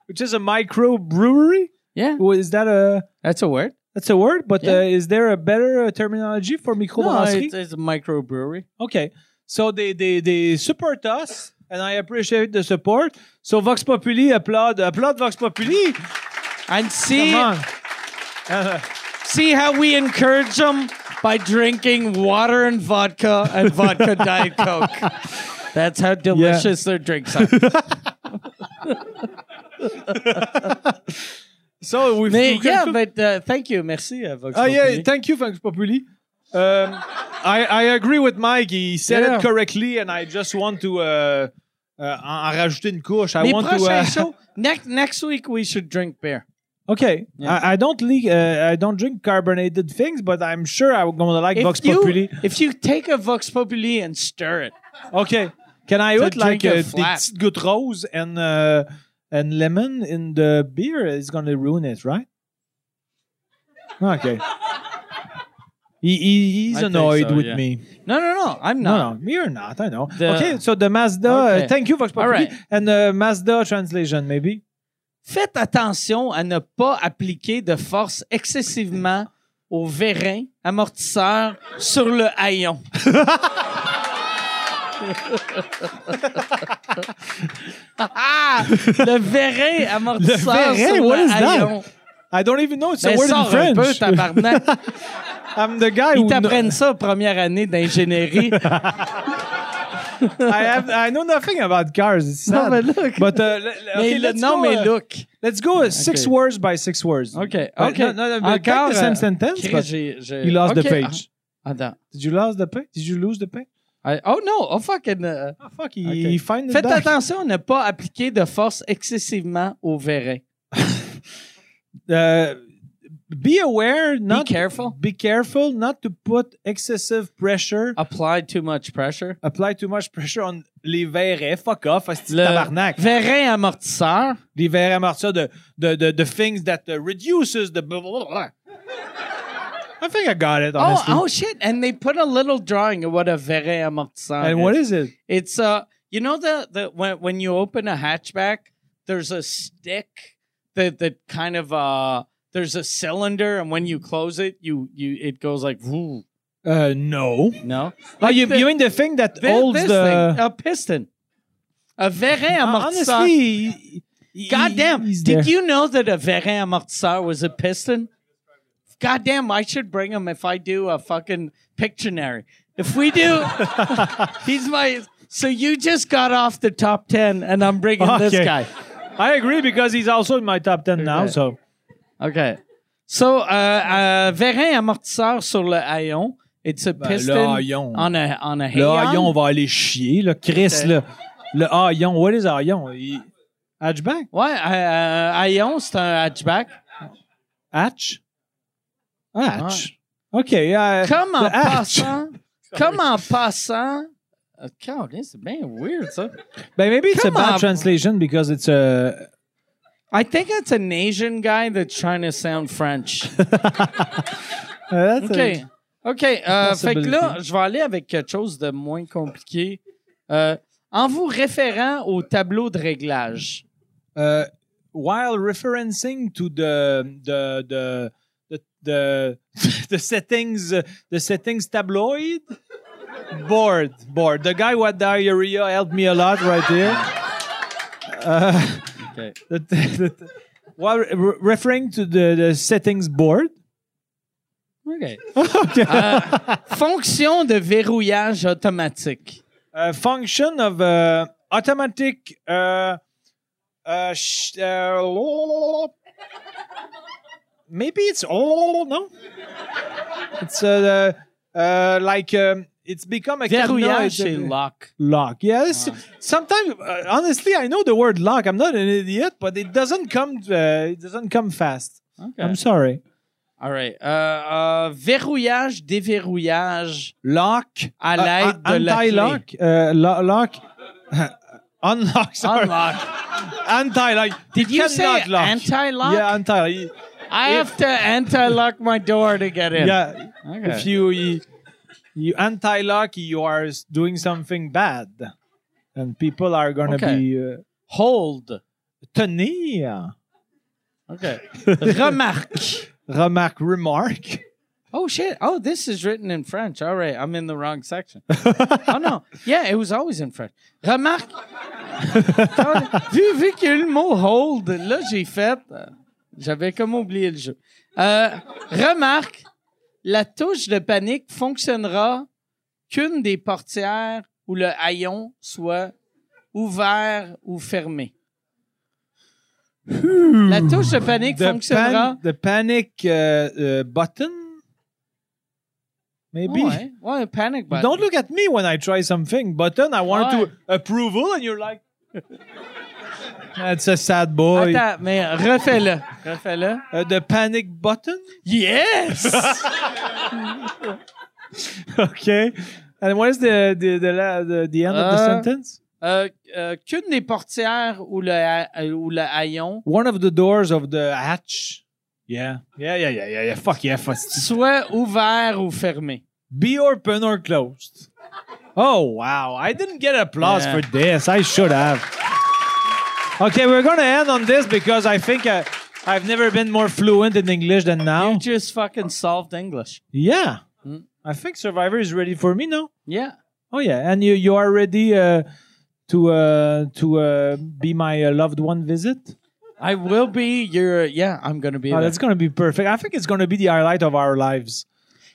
A: which is a micro brewery.
B: yeah,
A: Is that a
B: that's a word.
A: that's a word? But
B: Yeah.
A: uh, is there a better uh, terminology for micro
B: No, it's, it's a microbrewery.
A: Okay, so they they they support us, and I appreciate the support. So Vox Populi applaud applaud Vox Populi.
B: And see,
A: Come on. Uh,
B: see how we encourage them by drinking water and vodka and vodka Diet Coke. That's how delicious their drinks are.
A: so we've
B: Mais,
A: we've
B: yeah,
A: concluded-
B: but uh, thank you. Merci, uh, Vox
A: Oh yeah,
B: Populi.
A: thank you, Vox Populi. Um, I, I agree with Mike. He said
B: Yeah.
A: it correctly, and I just want to uh, uh, en en rajouter une couche. I
B: Les
A: want to.
B: prochains
A: Uh,
B: shows, next, next week, we should drink beer.
A: okay,
B: Yeah.
A: I, I don't leak, uh, I don't drink carbonated things, but I'm sure I'm gonna like Vox
B: you,
A: Populi.
B: if you take a Vox Populi and stir it,
A: Okay, can I
B: To
A: put like
B: drink a
A: uh, des
B: flat.
A: petites gouttes roses and uh, and lemon in the beer? It's gonna ruin it, right? Okay. He, he, he's
B: I think
A: annoyed
B: so,
A: with
B: yeah.
A: me.
B: no, no, no, I'm not.
A: No, no, you're not. I know.
B: The-
A: okay, so the Mazda.
B: Okay.
A: Uh, thank you, Vox
B: All
A: Populi,
B: right.
A: and uh, Mazda translation maybe.
B: Faites attention à ne pas appliquer de force excessivement au vérin amortisseur sur le haillon. ah, le vérin amortisseur
A: Le vérin,
B: sur
A: what
B: le
A: is that?
B: haillon.
A: I don't even know it's a
B: Ben,
A: word in
B: sors un peu,
A: French.
B: tabarnak.
A: I'm the guy
B: Ils
A: who kno-
B: t'apprennent ça première année d'ingénierie.
A: I have. I know nothing about cars. It's sad.
B: Non, mais look.
A: But uh, le- le-
B: Mais
A: okay,
B: le-
A: let's go,
B: non, mais
A: uh,
B: look.
A: let's go uh, six
B: Okay.
A: words by six words.
B: OK,
A: Uh,
B: OK.
A: no, no, no, but take the same
B: euh,
A: sentence,
B: Chris,
A: but
B: j'ai- j'ai-
A: You lost
B: OK,
A: the page.
B: ah, Attends.
A: Did you lose the page? Did you lose the page?
B: I- oh no, oh fucking. euh,
A: Oh, fuck, he,
B: Okay.
A: he find it
B: Faites
A: back.
B: attention à ne pas appliquer de force excessivement au vérin.
A: Uh, be aware, not
B: Be careful.
A: be careful not to put excessive pressure
B: Apply too much pressure.
A: apply too much pressure on les verrets. Fuck off, asti de
B: Le-
A: tabarnak.
B: Vérin amortisseur.
A: Les verrets amortisseurs de, de, de, de things that uh, reduces the... blah, blah, blah. I think I got it,
B: Oh,
A: honestly.
B: oh shit! And they put a little drawing of what a vérin amortisseur
A: And what is it?
B: It's uh, you know the the when when you open a hatchback, there's a stick that that kind of uh, there's a cylinder, and when you close it, you you it goes like woo.
A: Uh, no.
B: No,
A: Oh, you,
B: the-
A: you mean the thing that
B: Thi-
A: holds
B: this
A: the...
B: thing, a piston, a vérin
A: Uh,
B: amortisseur.
A: honestly... he- he-
B: Goddamn!
A: he's there.
B: Did you know that a vérin amortisseur was a piston? Goddamn! I should bring him if I do a fucking Pictionary. If we do, he's my. So you just got off the top ten, and I'm bringing this
A: Okay.
B: guy.
A: I agree because he's also in my top 10 now,
B: Okay.
A: so...
B: Okay. So uh, uh, vérin amortisseur sur le haillon. It's a piston
A: haillon.
B: on a on a
A: Le haillon
B: hayon.
A: va aller chier, là. Chris,
B: Okay.
A: là. Le haillon. What is haillon? He- Hatchback?
B: Ouais, euh, haillon, c'est un hatchback.
A: Hatch? Hatch. OK. Uh,
B: Comme en
A: the hatch.
B: passant, comme en passant. Oh, God, this is bien weird, ça.
A: Ben, maybe it's a
B: Come
A: bad
B: on.
A: translation because it's a.
B: I think it's an Asian guy that's trying to sound French.
A: Uh, that's
B: OK.
A: a-
B: OK. euh, fait que
A: Possibility.
B: là, je vais aller avec quelque chose de moins compliqué. Euh, en vous référant au tableau de réglage.
A: uh, while referencing to the the the the the, the settings uh, the settings tabloid board board the guy who had diarrhea helped me a lot right there. Uh,
B: Okay.
A: the, the, the- while re- referring to the, the settings board,
B: Okay.
A: Okay.
B: Euh, fonction de verrouillage automatique.
A: uh, function of uh, automatic uh, uh, sh- uh, maybe it's oh no it's uh, uh, like um, it's become a
B: Verrouillage, c'est
A: cannot-
B: lock.
A: lock yes
B: Ah.
A: sometimes uh, honestly i know the word lock i'm not an idiot but it doesn't come uh, it doesn't come fast i'm
B: Okay.
A: sorry
B: All right. Euh, euh, verrouillage, déverrouillage
A: lock
B: à
A: uh,
B: l'aide
A: uh,
B: de la clé.
A: anti-lock uh, lo- lock unlock sorry
B: Unlock.
A: anti like
B: Did you say
A: cannot lock.
B: anti-lock?
A: yeah anti
B: I have to anti-lock my door to get in.
A: yeah
B: Okay.
A: if you you, you anti lock you are s- doing something bad and people are gonna
B: Okay.
A: be uh,
B: Hold.
A: tenir
B: Okay. Remarque.
A: remark remark
B: Oh shit! Oh, this is written in French. All right, I'm in the wrong section. oh no! Yeah, it was always in French. Remarque. vu, vu qu'il y a eu le mot hold, là j'ai fait. euh, J'avais comme oublié le jeu. Euh, remarque, la touche de panique fonctionnera qu'une des portières ou le haillon soit ouvert ou fermé. La touche de panique
A: the,
B: fonctionnera.
A: pan- the panic uh, uh, button maybe
B: Ouais, ouais, panic button.
A: Don't look at me when I try something. Button, I want
B: Why?
A: to approval, and you're like, that's a sad boy.
B: Attends, mais euh, refais-le. Refais-le.
A: Uh, the panic button.
B: Yes!
A: okay. And what is the the the, la, the, the end of the
B: Uh,
A: sentence?
B: Euh, euh, Qu'une des portières ou le, ha- euh, ou le haillon
A: One of the doors of the hatch. Yeah. Yeah, yeah, yeah, yeah, yeah. Fuck yeah. Fuck.
B: soit ouvert ou fermé.
A: Be open or closed. Oh wow! I didn't get applause
B: Yeah.
A: for this. I should have. Okay, we're gonna end on this because I think I, I've never been more fluent in English than now.
B: You just fucking solved English.
A: Yeah.
B: Mm.
A: I think Survivor is ready for me now.
B: Yeah.
A: Oh yeah, and you you are ready uh, to uh, to uh, be my uh, loved one visit.
B: I will be your. Yeah, I'm going to be.
A: Oh,
B: there.
A: that's gonna be perfect. I think it's gonna be the highlight of our lives.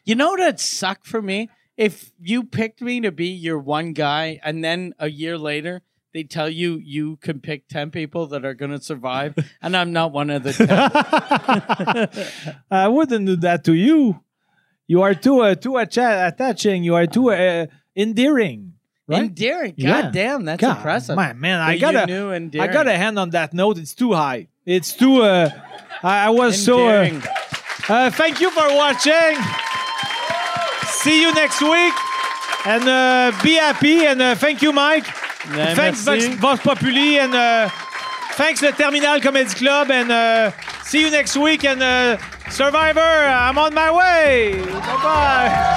B: You know that suck for me? If you picked me to be your one guy and then a year later they tell you you can pick 10 people that are going to survive and I'm not one of the 10.
A: I wouldn't do that to you. You are too uh, too atta- attaching. You are too uh, endearing. Right?
B: Endearing. God
A: Yeah.
B: damn, that's
A: God,
B: impressive.
A: My man, I
B: That
A: got
B: you
A: a
B: knew
A: I
B: endearing.
A: got a hand on that note. It's too high. It's too. Uh, I, I was so. Uh,
B: Endearing.
A: Uh, thank you for watching. See you next week. And uh, be happy. And uh, thank you, Mike.
B: Yeah,
A: thanks,
B: merci.
A: Vox, Vox Populi. And uh, thanks, the Terminal Comedy Club. And uh, see you next week. And uh, Survivor, I'm on my way. Bye bye.